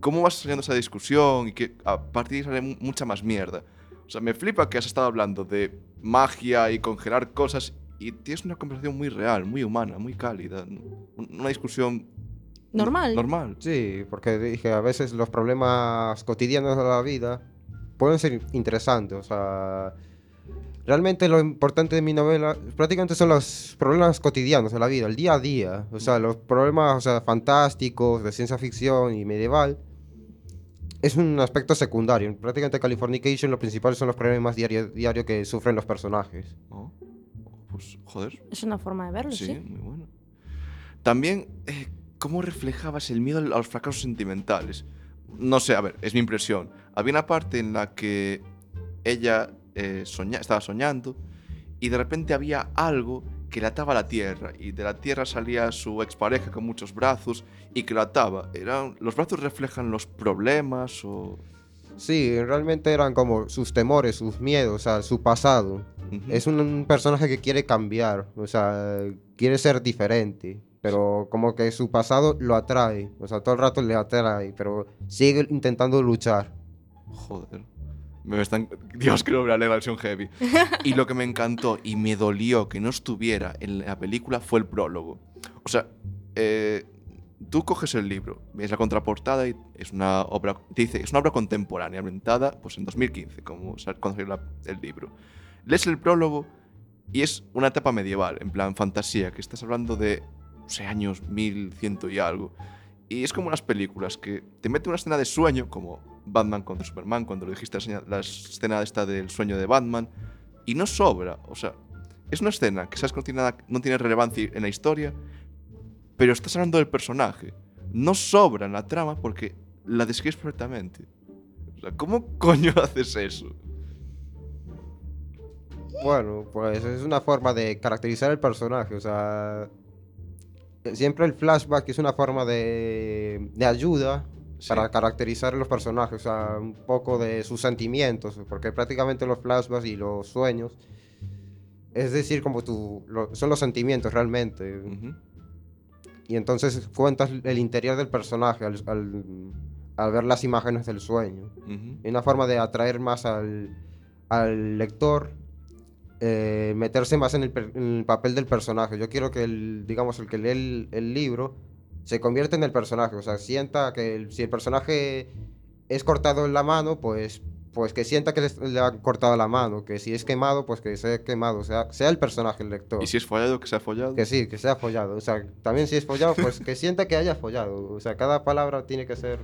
S3: cómo vas saliendo esa discusión y que a partir de ahí sale mu- mucha más mierda. O sea, me flipa que has estado hablando de magia y congelar cosas y tienes una conversación muy real, muy humana, muy cálida. un- Una discusión
S1: Normal.
S3: normal.
S4: Sí, porque dije, a veces los problemas cotidianos de la vida pueden ser interesantes. O sea, realmente lo importante de mi novela prácticamente son los problemas cotidianos de la vida, el día a día. O sea, los problemas o sea, fantásticos, de ciencia ficción y medieval. Es un aspecto secundario. Prácticamente Californication lo principal son los problemas diarios diario que sufren los personajes.
S3: Oh, Pues, joder,
S1: Es una forma de verlo,
S3: sí,
S1: sí.
S3: muy bueno. También, eh, ¿cómo reflejabas el miedo al- a los fracasos sentimentales? No sé, a ver, es mi impresión. Había una parte en la que ella eh, soña- estaba soñando y de repente había algo que la ataba a la tierra y de la tierra salía su expareja con muchos brazos y que la ataba. Eran, ¿Los brazos reflejan los problemas o...?
S4: Sí, realmente eran como sus temores, sus miedos, o sea, su pasado.
S3: Ujú.
S4: Es un, un personaje que quiere cambiar, o sea, quiere ser diferente, pero como que su pasado lo atrae, o sea, todo el rato le atrae, pero sigue intentando luchar.
S3: Joder. Me están... Dios, creo que me alegra versión heavy. Y lo que me encantó y me dolió que no estuviera en la película fue el prólogo. O sea, eh, tú coges el libro, ves la contraportada y es una obra, te dice, es una obra contemporánea, ambientada pues, en 2015, como sal- cuando salió la- el libro. Lees el prólogo y es una etapa medieval, en plan fantasía, que estás hablando de, no sé, años 1100 y algo. Y es como las películas, que te mete una escena de sueño, como Batman contra Superman, cuando lo dijiste, la escena- la escena esta del sueño de Batman, y no sobra. O sea, es una escena que sabes que no tiene, nada- no tiene relevancia en la historia, pero estás hablando del personaje. no sobra en la trama porque la describes perfectamente. O sea, ¿cómo coño haces eso?
S4: Bueno, pues es una forma de caracterizar el personaje, o sea... Siempre el flashback es una forma de, de ayuda
S3: Sí.
S4: para caracterizar los personajes, o sea, un poco de sus sentimientos, porque prácticamente los flashbacks y los sueños, es decir, como tu, lo- son los sentimientos realmente.
S3: Ujú.
S4: Y entonces cuentas el interior del personaje al, al- al ver las imágenes del sueño.
S3: Ujú.
S4: Es una forma de atraer más al, al lector, eh, meterse más en el, per- en el papel del personaje. Yo quiero que el, digamos, el que lee el, el libro se convierta en el personaje. O sea, sienta que el- si el personaje es cortado en la mano, pues, pues que sienta que les- le, han cortado la mano. Que si es quemado, pues que sea quemado. O sea, sea el personaje el lector.
S3: Y si es follado, que se ha follado.
S4: Que sí, que sea follado. O sea, también si es follado, pues que sienta que haya follado. O sea, cada palabra tiene que ser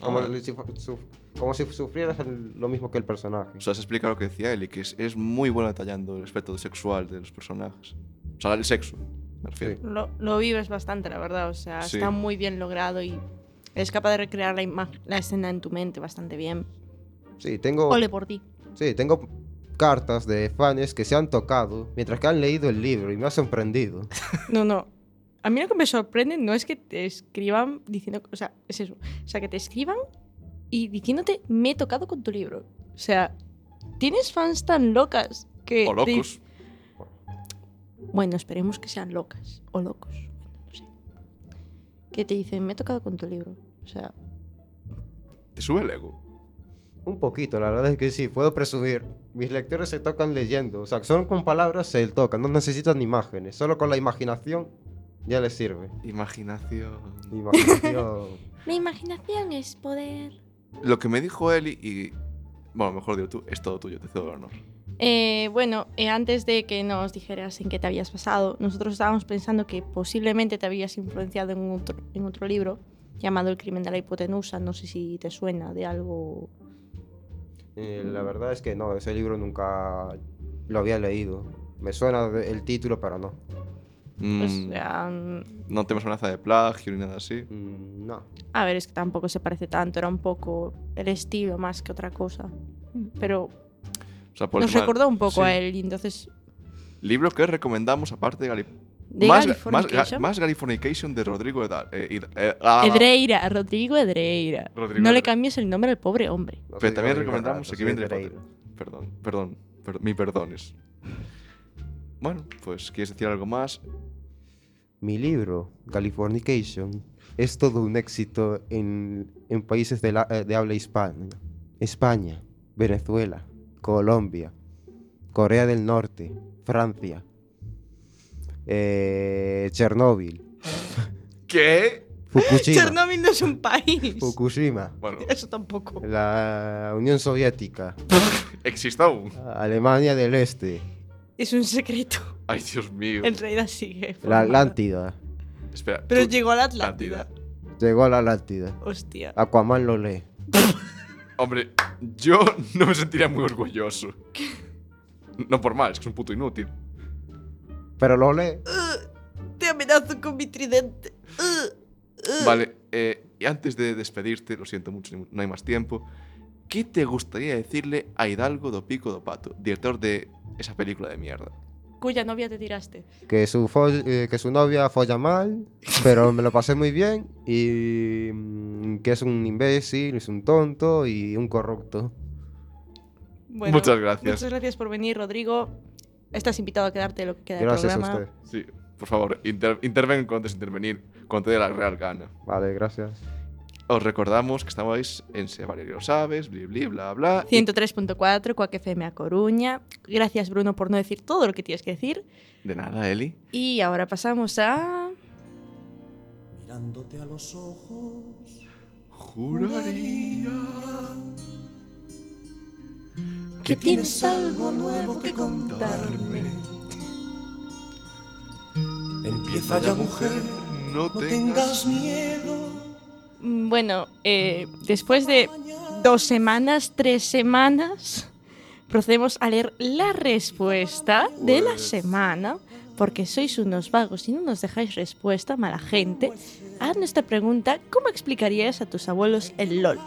S4: como,
S3: Ah.
S4: si, fu- su- como si sufrieras el- lo mismo que el personaje.
S3: O sea, se explica lo que decía Eli, que es, es muy bueno detallando el aspecto sexual de los personajes. O sea, el sexo, me refiero.
S4: Sí.
S1: Lo, lo vives bastante, la verdad. O sea,
S3: Sí.
S1: está muy bien logrado y eres capaz de recrear la, ima- la escena en tu mente bastante bien.
S4: Sí,
S3: Oh.
S4: tengo,
S1: Ole por ti.
S4: sí, tengo cartas de fans que se han tocado mientras que han leído el libro y me ha sorprendido.
S1: No, no. A mí lo que me sorprende no es que te escriban diciendo. O sea, es eso. O sea, que te escriban y diciéndote, me he tocado con tu libro. O sea, tienes fans tan locas que.
S3: O
S1: te-
S3: locos.
S1: Bueno, esperemos que sean locas o locos. Bueno, no sé. Que te dicen, me he tocado con tu libro. O sea,
S3: Te sube el ego.
S4: Un poquito, la verdad es que sí, puedo presumir. Mis lectores se tocan leyendo, o sea, solo con palabras se tocan, no necesitan imágenes, solo con la imaginación ya les sirve.
S3: Imaginación.
S4: Imaginación.
S5: La imaginación es poder.
S3: Lo que me dijo Eli y... Bueno, mejor digo tú, es todo tuyo, te cedo el honor.
S1: Eh, bueno, eh, antes de que nos dijeras en qué te habías basado, nosotros estábamos pensando que posiblemente te habías influenciado en otro, en otro libro llamado El crimen de la hipotenusa. No sé si te suena de algo.
S4: Eh, la verdad es que no, ese libro nunca lo había leído. Me suena de- el título, pero no.
S1: o
S3: Mm,
S1: sea, mm,
S3: No tenemos amenaza de plagio ni nada así.
S4: Mm, No.
S1: a ver, es que tampoco se parece tanto, era un poco el estilo más que otra cosa. Pero
S3: O sea, por
S1: nos
S3: encima-
S1: recordó un poco
S3: Pues sí.
S1: a él, y entonces.
S3: Libro que recomendamos aparte de Galip...
S1: ¿De
S3: más, más,
S1: Californication?
S3: ga- más Californication de Rodrigo Edal. eh, Id- eh, ah,
S1: Edreira, Rodrigo Edreira.
S3: Rodrigo
S1: no le
S3: Edreira.
S1: cambies el nombre al pobre hombre.
S4: no soy
S3: Pero también
S4: Rodrigo
S3: recomendamos
S4: Rato,
S3: aquí
S4: soy
S3: viene
S4: Pereira.
S3: Perdón, perdón, per- mi perdones. Bueno, pues ¿quieres decir algo más?
S4: Mi libro, Californication, es todo un éxito en, en países de, la- eh, de habla hispana. España, Venezuela, Colombia, Corea del Norte, Francia, eh, Chernóbil,
S3: ¿Qué?
S4: Fukushima,
S1: Chernobyl no es un país.
S4: Fukushima,
S3: Bueno,
S1: Eso tampoco.
S4: la Unión Soviética,
S3: existe aún.
S4: Alemania del Este,
S1: Es un secreto.
S3: Ay, Dios mío.
S1: En realidad sigue.
S4: la
S1: formada.
S4: Atlántida.
S3: Espera.
S1: Pero
S3: tú-
S1: llegó a la Atlántida.
S4: Llegó a la Atlántida. Ah.
S1: Hostia.
S4: Aquaman lo lee.
S3: Hombre, yo no me sentiría muy orgulloso. No por mal, es que es un puto inútil.
S4: Pero lo lee.
S1: Te amenazo con mi tridente. Ugh.
S3: Vale, eh, y antes de despedirte, lo siento mucho, no hay más tiempo. ¿Qué te gustaría decirle a Hidalgo do Pico do Pato, director de esa película de mierda?
S1: Cuya novia te tiraste.
S4: Que su, fo- eh, que su novia folla mal, pero me lo pasé muy bien. Y mm, que es un imbécil, es un tonto y un corrupto.
S1: Bueno,
S3: Muchas gracias.
S1: Muchas gracias por venir, Rodrigo. Estás invitado a quedarte lo que queda del
S4: Gracias a
S1: programa.
S4: usted.
S3: Sí, por favor, inter interven cuando es intervenir, cuando te dé la real gana.
S4: Vale, gracias.
S3: Os recordamos que estamos en Se Valeria lo sabes, bli bli, bla bla. y
S1: 103.4, Cuac FM a Coruña. Gracias, Bruno, por no decir todo lo que tienes que decir.
S3: De nada, Eli.
S1: Y ahora pasamos a.
S2: Mirándote a los ojos,
S3: Juraría.
S2: que tienes algo nuevo que contarme. Empieza ya, mujer,
S3: No
S2: no
S3: tengas.
S2: tengas miedo.
S1: Mm, Bueno, eh, después de dos semanas, tres semanas, procedemos a leer la respuesta de la semana porque sois unos vagos y no nos dejáis respuesta, mala gente, a nuestra pregunta, ¿cómo explicarías a tus abuelos el LOL?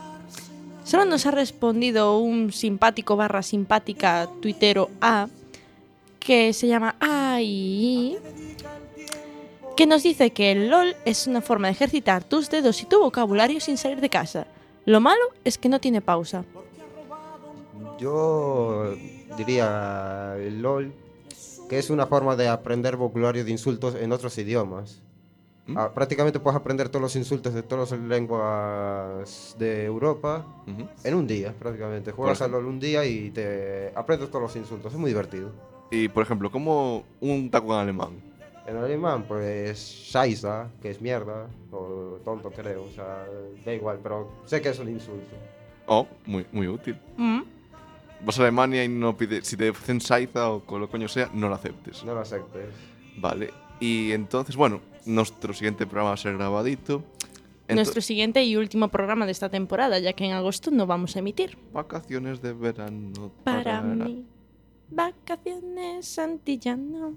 S1: Solo nos ha respondido un simpático barra simpática tuitero A, que se llama AI, que nos dice que el LOL es una forma de ejercitar tus dedos y tu vocabulario sin salir de casa. Lo malo es que no tiene pausa.
S4: Yo diría el LOL, que es una forma de aprender vocabulario de insultos en otros idiomas.
S3: ¿Mm?
S4: Ah, prácticamente puedes aprender todos los insultos de todas las lenguas de Europa
S3: Ujú.
S4: en un día, prácticamente. Juegas al LOL un día y te aprendes todos los insultos. Es muy divertido.
S3: Y por ejemplo, como un taco en alemán.
S4: En alemán, pues, Scheiße, que es mierda, o tonto creo, o sea, da igual, pero sé que es un insulto.
S3: Oh, muy, muy útil.
S1: Mm.
S3: Vas a Alemania y no pides. Si te hacen saiza o con lo coño sea, no lo aceptes.
S4: No lo aceptes.
S3: Vale. Y entonces, bueno, nuestro siguiente programa va a ser grabadito. Ento-
S1: Nuestro siguiente y último programa de esta temporada, ya que en agosto no vamos a emitir.
S3: Vacaciones de verano.
S1: Para
S3: tarara.
S1: mí, vacaciones Santillano.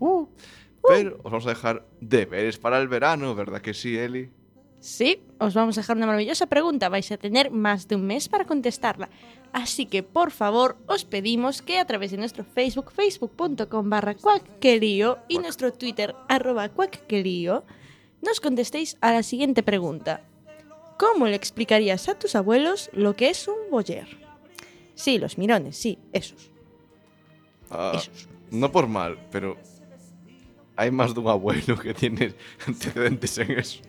S3: Pero os vamos a dejar deberes para el verano, ¿verdad que sí, Eli?
S1: Sí, os vamos a dejar una maravillosa pregunta. Vais a tener más de un mes para contestarla. Así que, por favor, os pedimos que a través de nuestro Facebook, facebook.com barra cuacquelío y nuestro Twitter, arroba cuacquelío, nos contestéis a la siguiente pregunta. ¿Cómo le explicarías a tus abuelos lo que es un boyer? Sí, los mirones, sí, esos,
S3: Ah,
S1: esos.
S3: no por mal, pero hay más de un abuelo que tiene antecedentes en eso.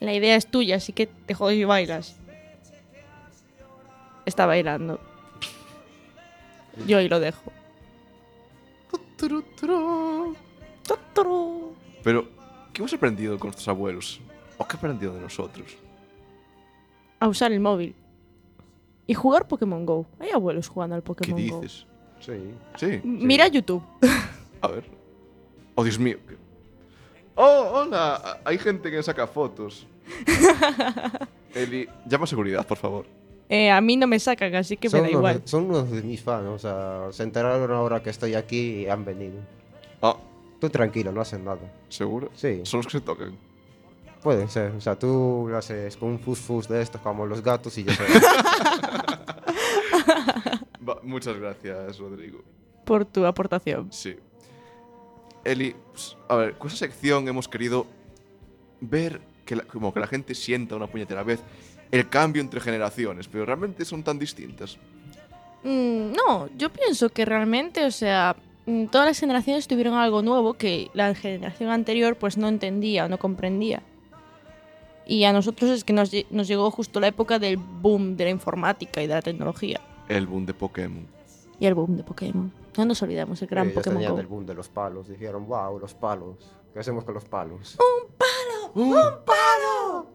S1: La idea es tuya, así que te jodes y bailas. Está bailando. Yo ahí lo dejo. Totoro.
S3: Pero, ¿qué hemos aprendido con nuestros abuelos? ¿O qué han aprendido de nosotros?
S1: A usar el móvil. Y jugar Pokémon Go. Hay abuelos jugando al
S3: ¿Qué
S1: Pokémon Go.
S3: dices?
S4: Sí.
S3: Sí,
S1: M- Mira YouTube.
S3: a ver. Oh, Dios mío. qué- Oh, hola. a- Hay gente que saca fotos. Eli, llama a seguridad, por favor.
S1: Eh, a mí no me sacan, así que me
S4: son,
S1: da
S4: unos
S1: igual.
S4: de, son unos de mis fans, o sea, se enteraron ahora que estoy aquí y han venido.
S3: Ah,
S4: Tú tranquilo, no hacen nada.
S3: ¿seguro?
S4: Sí,
S3: Son los que se tocan.
S4: puede ser. O sea, tú lo haces con un fus-fus de estos como los gatos y ya sé.
S3: Va, muchas gracias, Rodrigo.
S1: Por tu aportación.
S3: Sí. Eli, pues, a ver, con esta sección hemos querido ver que la, como que la gente sienta una puñetera vez el cambio entre generaciones, pero realmente son tan distintas.
S1: Mm, no, yo pienso que realmente, o sea, mm, todas las generaciones tuvieron algo nuevo que la generación anterior pues no entendía o no comprendía. Y a nosotros es que nos, lle- nos llegó justo la época del boom de la informática y de la tecnología.
S3: El boom de Pokémon.
S1: Y el boom de Pokémon. No nos olvidemos, el gran
S4: Ellos
S1: Pokémon
S4: tenían
S1: Go.
S4: el boom de los palos. Dijeron, wow, los palos. ¿Qué hacemos con los palos?
S1: Uh.
S3: ¡Un palo!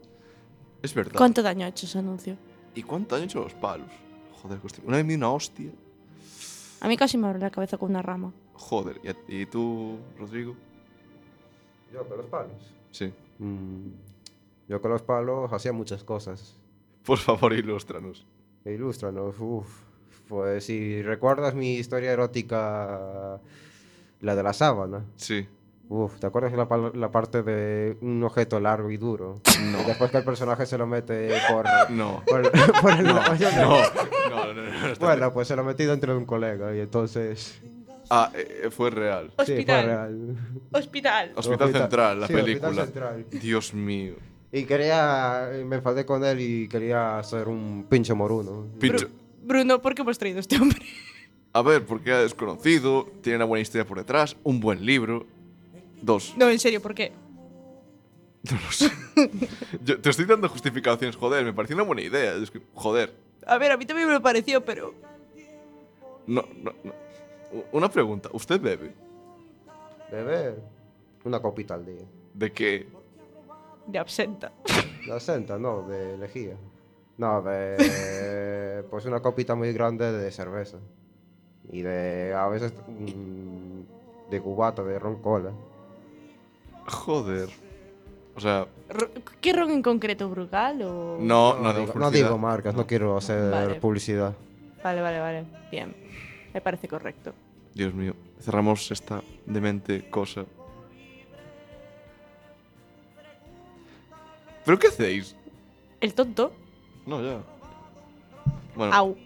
S3: Es verdad.
S1: ¿Cuánto daño ha hecho ese anuncio?
S3: ¿Y cuánto daño han hecho los palos? Joder, que hostia- una vez me dio una hostia.
S1: A mí casi me abrió la cabeza con una rama.
S3: Joder, ¿y, a- y tú, Rodrigo?
S4: Yo con los palos.
S3: Sí.
S4: Mm, Yo con los palos hacía muchas cosas. E
S3: Por favor, ilústranos.
S4: Ilústranos, uff. Pues si recuerdas mi historia erótica, la de la sábana.
S3: Sí.
S4: Uf, ¿te acuerdas de la, pal- la parte de un objeto largo y duro? Y después que el personaje se lo mete por...
S3: No.
S4: por, por el
S3: No,
S4: hoyo de-
S3: no, no, no, no, no, está
S4: Bueno, pues se lo metí dentro de un colega y entonces...
S3: bien. Ah, eh, eh, fue real.
S4: Sí, fue real.
S1: Hospital.
S3: Hospital Central, la
S4: sí,
S3: película.
S4: Hospital Central.
S3: Dios mío.
S4: Y quería... Me enfadé con él y quería hacer un pinche moruno.
S3: Pincho.
S1: Bruno, ¿por qué hemos traído a este hombre?
S3: A ver, porque era desconocido, tiene una buena historia por detrás, un buen libro. Dos.
S1: No, en serio, ¿por qué?
S3: No lo sé. Yo te estoy dando justificaciones, joder, me pareció una buena idea. Es que, joder.
S1: A ver, a mí también me pareció, pero...
S3: No, no, no. U- Una pregunta, ¿usted bebe?
S4: Beber una copita al día.
S3: ¿De qué?
S1: De absenta.
S4: La senta, no, de lejía. No, de... pues una copita muy grande de cerveza. Y de... a veces... mm, de cubata, de ron cola.
S3: Joder. O sea,
S1: Ro- ¿Qué ron en concreto, Brugal o...?
S3: no, no,
S4: digo,
S3: hacemos
S4: no
S3: publicidad.
S4: digo marcas, no quiero hacer
S1: Vale.
S4: publicidad.
S1: Vale, vale, vale. Bien. Me parece correcto.
S3: Dios mío, cerramos esta demente cosa. ¿Pero qué hacéis?
S1: El tonto.
S3: No, ya. Bueno,
S1: Au.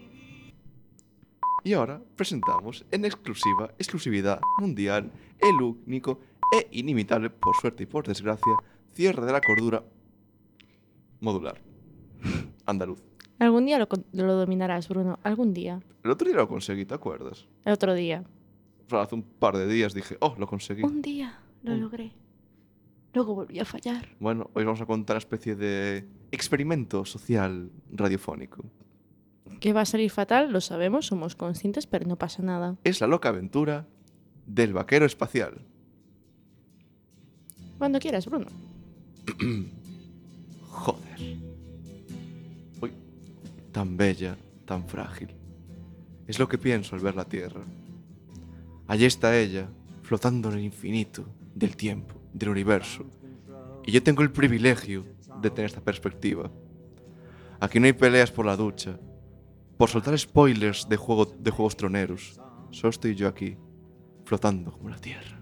S3: y ahora presentamos en exclusiva, exclusividad mundial, el único e inimitable, por suerte y por desgracia, cierre de la cordura modular. Andaluz.
S1: Algún día lo, con- lo dominarás, Bruno. Algún día.
S3: El otro día lo conseguí, ¿te acuerdas?
S1: El otro día.
S3: O sea, hace un par de días dije, oh, lo conseguí.
S1: Un día lo
S3: Un-
S1: logré. Luego volví a fallar.
S3: Bueno, hoy vamos a contar una especie de experimento social radiofónico.
S1: Que va a salir fatal, lo sabemos, somos conscientes, pero no pasa nada.
S3: Es la loca aventura del vaquero espacial.
S1: Cuando quieras, Bruno.
S3: Joder. Uy, tan bella, tan frágil. Es lo que pienso al ver la Tierra. Allí está ella, flotando en el infinito del tiempo, del universo. Y yo tengo el privilegio de tener esta perspectiva. Aquí no hay peleas por la ducha, por soltar spoilers de, juego, de juegos troneros. Solo estoy yo aquí, flotando como la Tierra.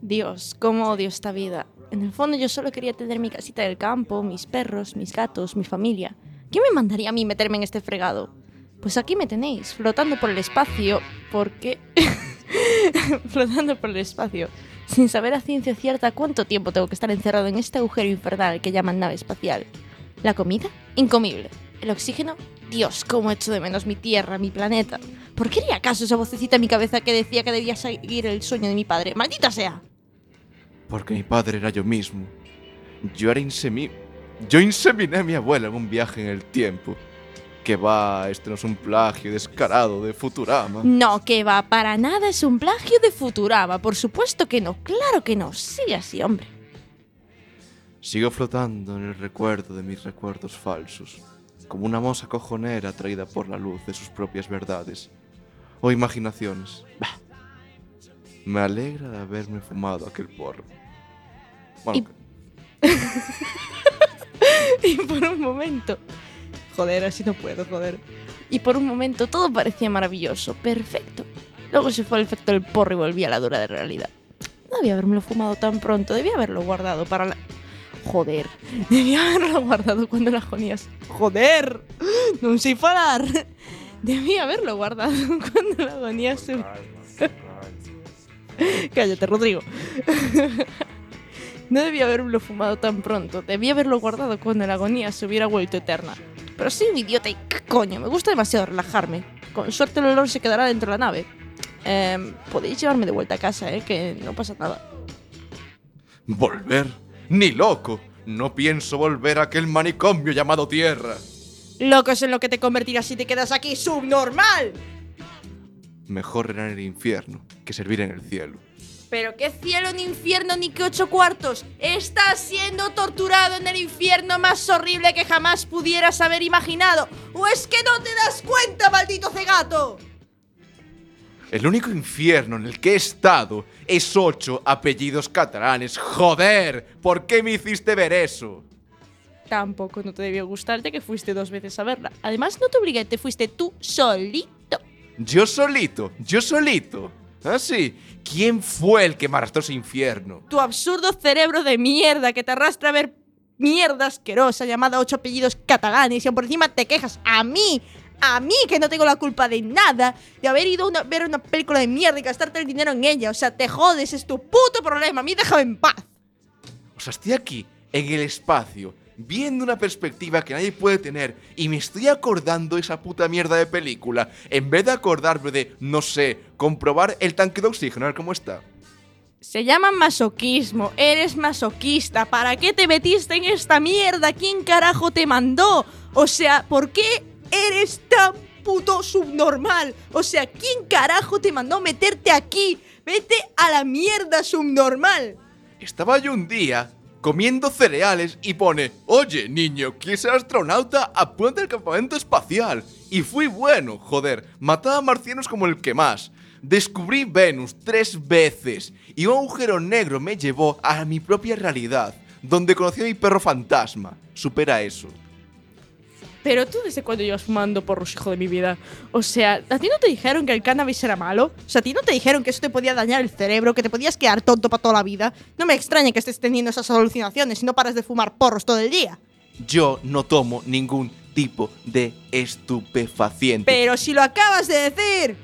S1: Dios, cómo odio esta vida. En el fondo yo solo quería tener mi casita del campo, mis perros, mis gatos, mi familia. ¿Quién me mandaría a mí meterme en este fregado? Pues aquí me tenéis, flotando por el espacio, porque... flotando por el espacio, sin saber a ciencia cierta cuánto tiempo tengo que estar encerrado en este agujero infernal que llaman nave espacial. La comida, incomible. El oxígeno, Dios, cómo echo de menos mi tierra, mi planeta. ¿Por qué era acaso esa vocecita en mi cabeza que decía que debía seguir el sueño de mi padre? ¡Maldita sea!
S3: Porque mi padre era yo mismo. Yo era insemi... Yo inseminé a mi abuela en un viaje en el tiempo. Que va, este no es un plagio descarado de Futurama.
S1: No, que va, para nada es un plagio de Futurama, por supuesto que no, claro que no, sigue así, hombre.
S3: Sigo flotando en el recuerdo de mis recuerdos falsos, como una moza cojonera atraída por la luz de sus propias verdades o imaginaciones. Bah. Me alegra de haberme fumado aquel porro. Bueno,
S1: Y por un momento... Joder, así no puedo, joder. Y por un momento todo parecía maravilloso, perfecto. Luego se fue el efecto del porro y volví a la dura de realidad. No debía habérmelo fumado tan pronto, debía haberlo guardado para la... Joder, debía haberlo guardado cuando la jonías. ¡Joder! ¡No sé falar! Debía haberlo guardado cuando la agonía se... Cállate, Rodrigo. No debía haberlo fumado tan pronto. Debía haberlo guardado cuando la agonía se hubiera vuelto eterna. Pero soy un idiota y qué coño, me gusta demasiado relajarme. Con suerte el olor se quedará dentro de la nave. Em, podéis llevarme de vuelta a casa, eh, que no pasa nada.
S3: ¿volver? ¡Ni loco! No pienso volver a aquel manicomio llamado Tierra.
S1: Loco es en lo que te convertirás si te quedas aquí, subnormal.
S3: Mejor reinar en el infierno que servir en el cielo.
S1: Pero qué cielo ni infierno ni qué ocho cuartos. Estás siendo torturado en el infierno más horrible que jamás pudieras haber imaginado. ¿O es que no te das cuenta, maldito cegato?
S3: El único infierno en el que he estado es ocho apellidos catalanes. ¡Joder! ¿Por qué me hiciste ver eso?
S1: Tampoco no te debió gustarte que fuiste dos veces a verla. Además, no te obligué, te fuiste tú solito.
S3: Yo solito, yo solito. Ah, sí. ¿Quién fue el que me arrastró a ese infierno?
S1: Tu absurdo cerebro de mierda que te arrastra a ver mierda asquerosa llamada ocho apellidos catalanes y aún por encima te quejas a mí. A mí que no tengo la culpa de nada de haber ido a una- ver una película de mierda y gastarte el dinero en ella. O sea, te jodes, es tu puto problema. A mí déjame en paz.
S3: O sea, estoy aquí, en el espacio, viendo una perspectiva que nadie puede tener y me estoy acordando de esa puta mierda de película en vez de acordarme de, no sé, comprobar el tanque de oxígeno, a ver cómo está.
S1: Se llama masoquismo, eres masoquista. ¿Para qué te metiste en esta mierda? ¿Quién carajo te mandó? O sea, ¿por qué eres tan puto subnormal? O sea, ¿quién carajo te mandó meterte aquí? Vete a la mierda subnormal.
S3: Estaba yo un día comiendo cereales y pone, oye niño, ¿quieres ser astronauta? Apunta al campamento espacial. Y fui bueno, joder, mataba a marcianos como el que más. Descubrí Venus tres veces y un agujero negro me llevó a mi propia realidad, donde conocí a mi perro fantasma. Supera eso.
S1: Pero tú desde cuando llevas fumando porros, hijo de mi vida. O sea, ¿a ti no te dijeron que el cannabis era malo? O sea, ¿a ti no te dijeron que eso te podía dañar el cerebro, que te podías quedar tonto para toda la vida? No me extraña que estés teniendo esas alucinaciones si no paras de fumar porros todo el día.
S3: Yo no tomo ningún tipo de estupefaciente.
S1: Pero si lo acabas de decir.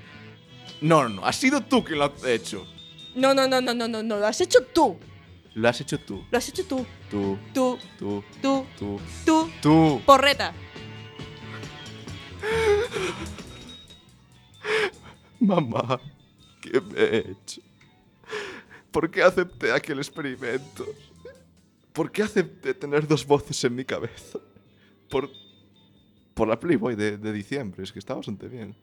S3: No, no, no, has sido tú quien lo has hecho.
S1: No, no, no, no, no, no, no, lo has hecho tú.
S3: Lo has hecho tú.
S1: Lo has hecho tú.
S3: Tú,
S1: Tú,
S3: tú,
S1: tú,
S3: tú,
S1: tú,
S3: tú.
S1: porreta.
S3: Mamá, ¿qué me he hecho? ¿Por qué acepté aquel experimento? ¿Por qué acepté tener dos voces en mi cabeza? Por, por la Playboy de, de diciembre, es que está bastante bien.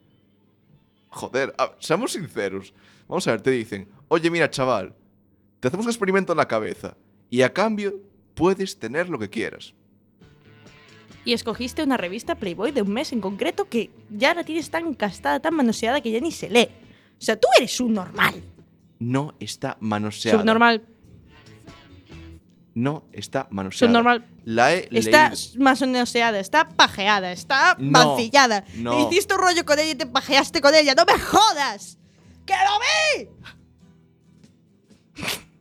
S3: Joder, a- seamos sinceros. Vamos a ver, te dicen, oye mira chaval, te hacemos un experimento en la cabeza y a cambio puedes tener lo que quieras.
S1: Y escogiste una revista Playboy de un mes en concreto que ya la tienes tan castada, tan manoseada que ya ni se lee. O sea, tú eres subnormal.
S3: No está manoseada.
S1: Subnormal.
S3: No está manoseada.
S1: Subnormal.
S3: La he
S1: Está
S3: leído.
S1: manoseada, está pajeada, está
S3: No,
S1: mancillada.
S3: no.
S1: Hiciste un rollo con ella y te pajeaste con ella. ¡No me jodas! ¡Que lo vi!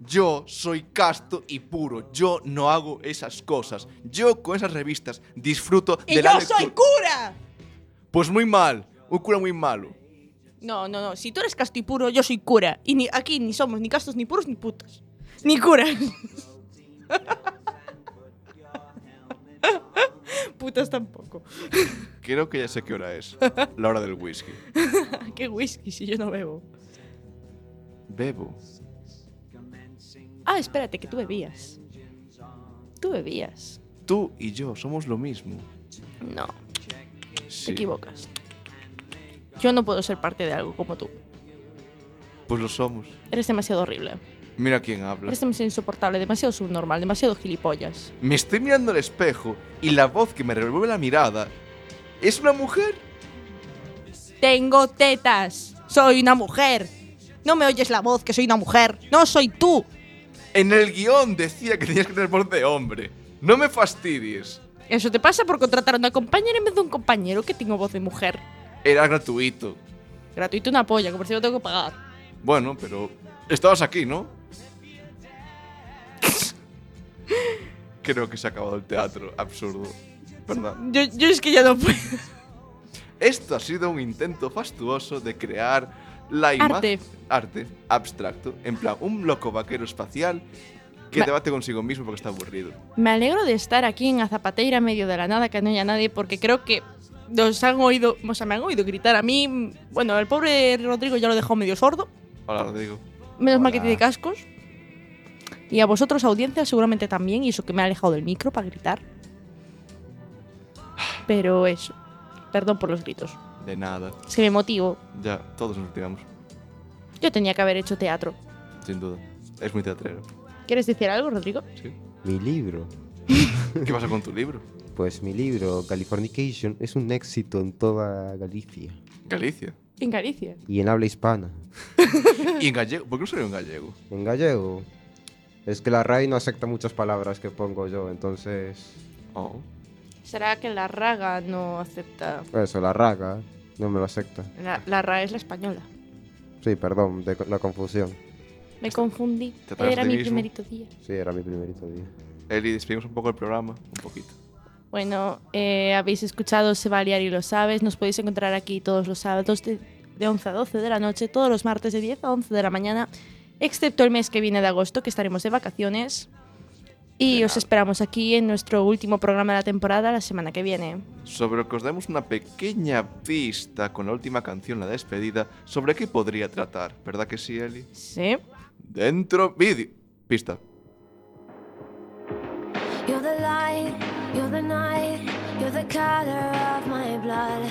S3: Yo soy casto y puro. Yo no hago esas cosas. Yo con esas revistas disfruto
S1: ¡Y
S3: de la
S1: yo
S3: lectura.
S1: soy cura!
S3: Pues muy mal. Un cura muy malo.
S1: No, no, no. Si tú eres casto y puro, yo soy cura. Y ni, aquí ni somos ni castos, ni puros, ni putos. Ni curas. Putas tampoco.
S3: Creo que ya sé qué hora es. La hora del whisky.
S1: Qué whisky si yo no bebo.
S3: Bebo.
S1: Ah, espérate, que tú bebías. Tú bebías.
S3: Tú y yo somos lo mismo.
S1: No,
S3: Sí.
S1: te equivocas. Yo no puedo ser parte de algo como tú.
S3: Pues lo somos.
S1: Eres demasiado horrible.
S3: Mira quién habla.
S1: Eres demasiado insoportable, demasiado subnormal, demasiado gilipollas.
S3: Me estoy mirando al espejo y la voz que me revuelve la mirada. ¿Es una mujer?
S1: Tengo tetas. Soy una mujer. No me oyes la voz que soy una mujer. No soy tú.
S3: En el guión decía que tenías que tener voz de hombre. No me fastidies.
S1: Eso te pasa por contratar a una compañera en vez de un compañero que tengo voz de mujer.
S3: Era gratuito.
S1: Gratuito una polla, que por cierto tengo que pagar.
S3: Bueno, pero estabas aquí, ¿no? Creo que se ha acabado el teatro, absurdo. ¿Verdad?
S1: Yo, yo es que ya no puedo.
S3: Esto ha sido un intento fastuoso de crear la imagen.
S1: Arte.
S3: Arte. abstracto. En plan, un loco vaquero espacial que
S1: Ma-
S3: debate consigo mismo porque está aburrido.
S1: Me alegro de estar aquí en Azapateira, en medio de la nada, que no haya nadie, porque creo que nos han oído, o sea, me han oído gritar a mí. Bueno, el pobre Rodrigo ya lo dejó medio sordo,
S3: Hola, Rodrigo.
S1: menos mal que
S4: Hola.
S1: tiene cascos. Y a vosotros, audiencia, seguramente también, y eso que me ha alejado del micro para gritar. Pero eso, perdón por los gritos,
S3: De nada.
S1: es que me motivo.
S3: Ya, todos nos retiramos,
S1: Yo tenía que haber hecho teatro.
S3: sin duda. Es muy teatrero.
S1: ¿Quieres decir algo, Rodrigo?
S3: ¿sí?
S4: Mi libro.
S3: ¿Qué pasa con tu libro?
S4: Pues mi libro, Californication, es un éxito en toda Galicia
S3: Galicia.
S1: En Galicia.
S4: y en habla hispana.
S3: ¿Y en gallego? ¿Por qué no salió en gallego?
S4: En gallego. Es que la RAI no acepta muchas palabras que pongo yo, entonces.
S3: Oh.
S1: ¿Será que la raga no acepta?
S4: Eso, la raga no me lo acepta.
S1: La, la raga es la española.
S4: Sí, perdón, de co- la confusión.
S1: Me confundí.
S3: ¿Te atrevas
S1: Era
S3: a ti
S1: mi
S3: mismo?
S1: primerito día.
S4: Sí, era mi primerito día.
S3: Eli, despedimos un poco el programa. Un poquito.
S1: Bueno, eh, habéis escuchado Se va a liar y lo sabes. Nos podéis encontrar aquí todos los sábados de, de 11 a 12 de la noche, todos los martes de 10 a 11 de la mañana, excepto el mes que viene de agosto, que estaremos de vacaciones. Y
S3: De
S1: os
S3: nada.
S1: esperamos aquí en nuestro último programa de la temporada la semana que viene.
S3: Sobre lo que os demos una pequeña pista con la última canción, la despedida, sobre qué podría tratar, ¿verdad que sí, Eli?
S1: ¿Sí?
S3: Dentro vídeo. Pista.
S6: You're the light, you're the night, you're the color of my blood.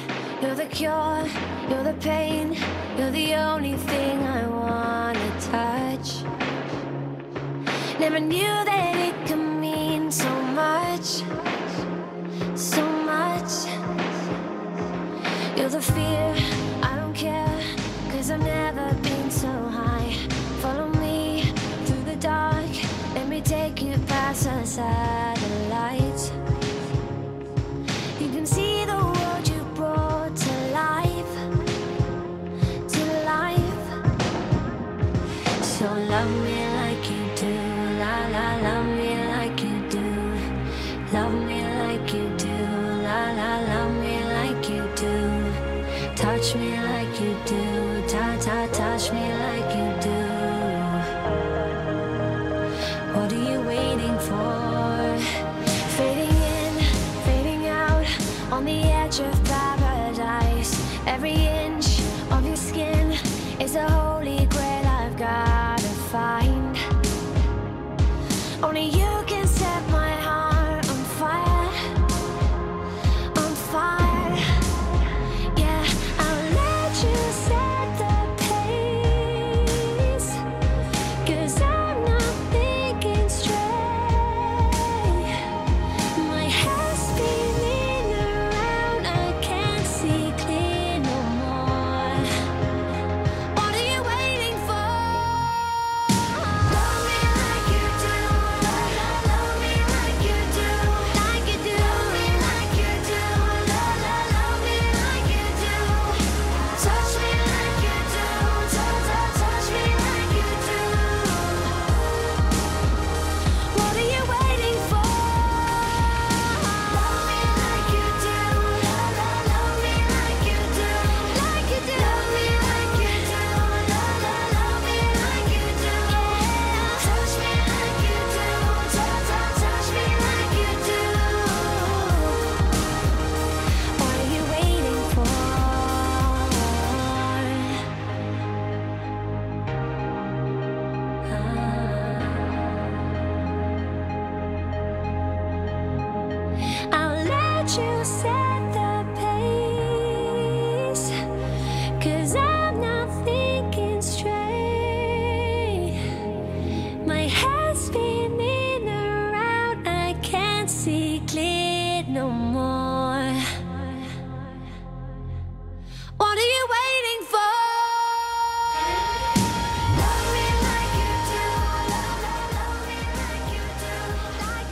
S6: You're the cure, you're the pain, you're the only thing I wanna touch. Never knew that it could mean so much, so much. You're the fear, I don't care, cause I've never been so high. Follow me through the dark, let me take you past the satellites. You can see touch me like you do. Ta ta, touch me like you do. What are you waiting for? Fading in, fading out. On the edge of paradise. Every inch of your skin is a holy grail I've gotta find. Only you can set my heart on fire. On fire. Yeah, I'll let you set the pace. Cause I'm not thinking straight. My head's spinning around, I can't see clear no more. What are you waiting for? Love me like you do, love me like you do, like you do, love me like you do, love me like you do, touch me like you do, touch me like you do. What are you waiting for? Love me like you do, love me like you do, like you do, love me like you do, love me like you do, touch me like you do, touch me like you do. What are you waiting for? I'll let you set the pace. Cause I'm not thinking straight. My head's spinning around, I can't see clear.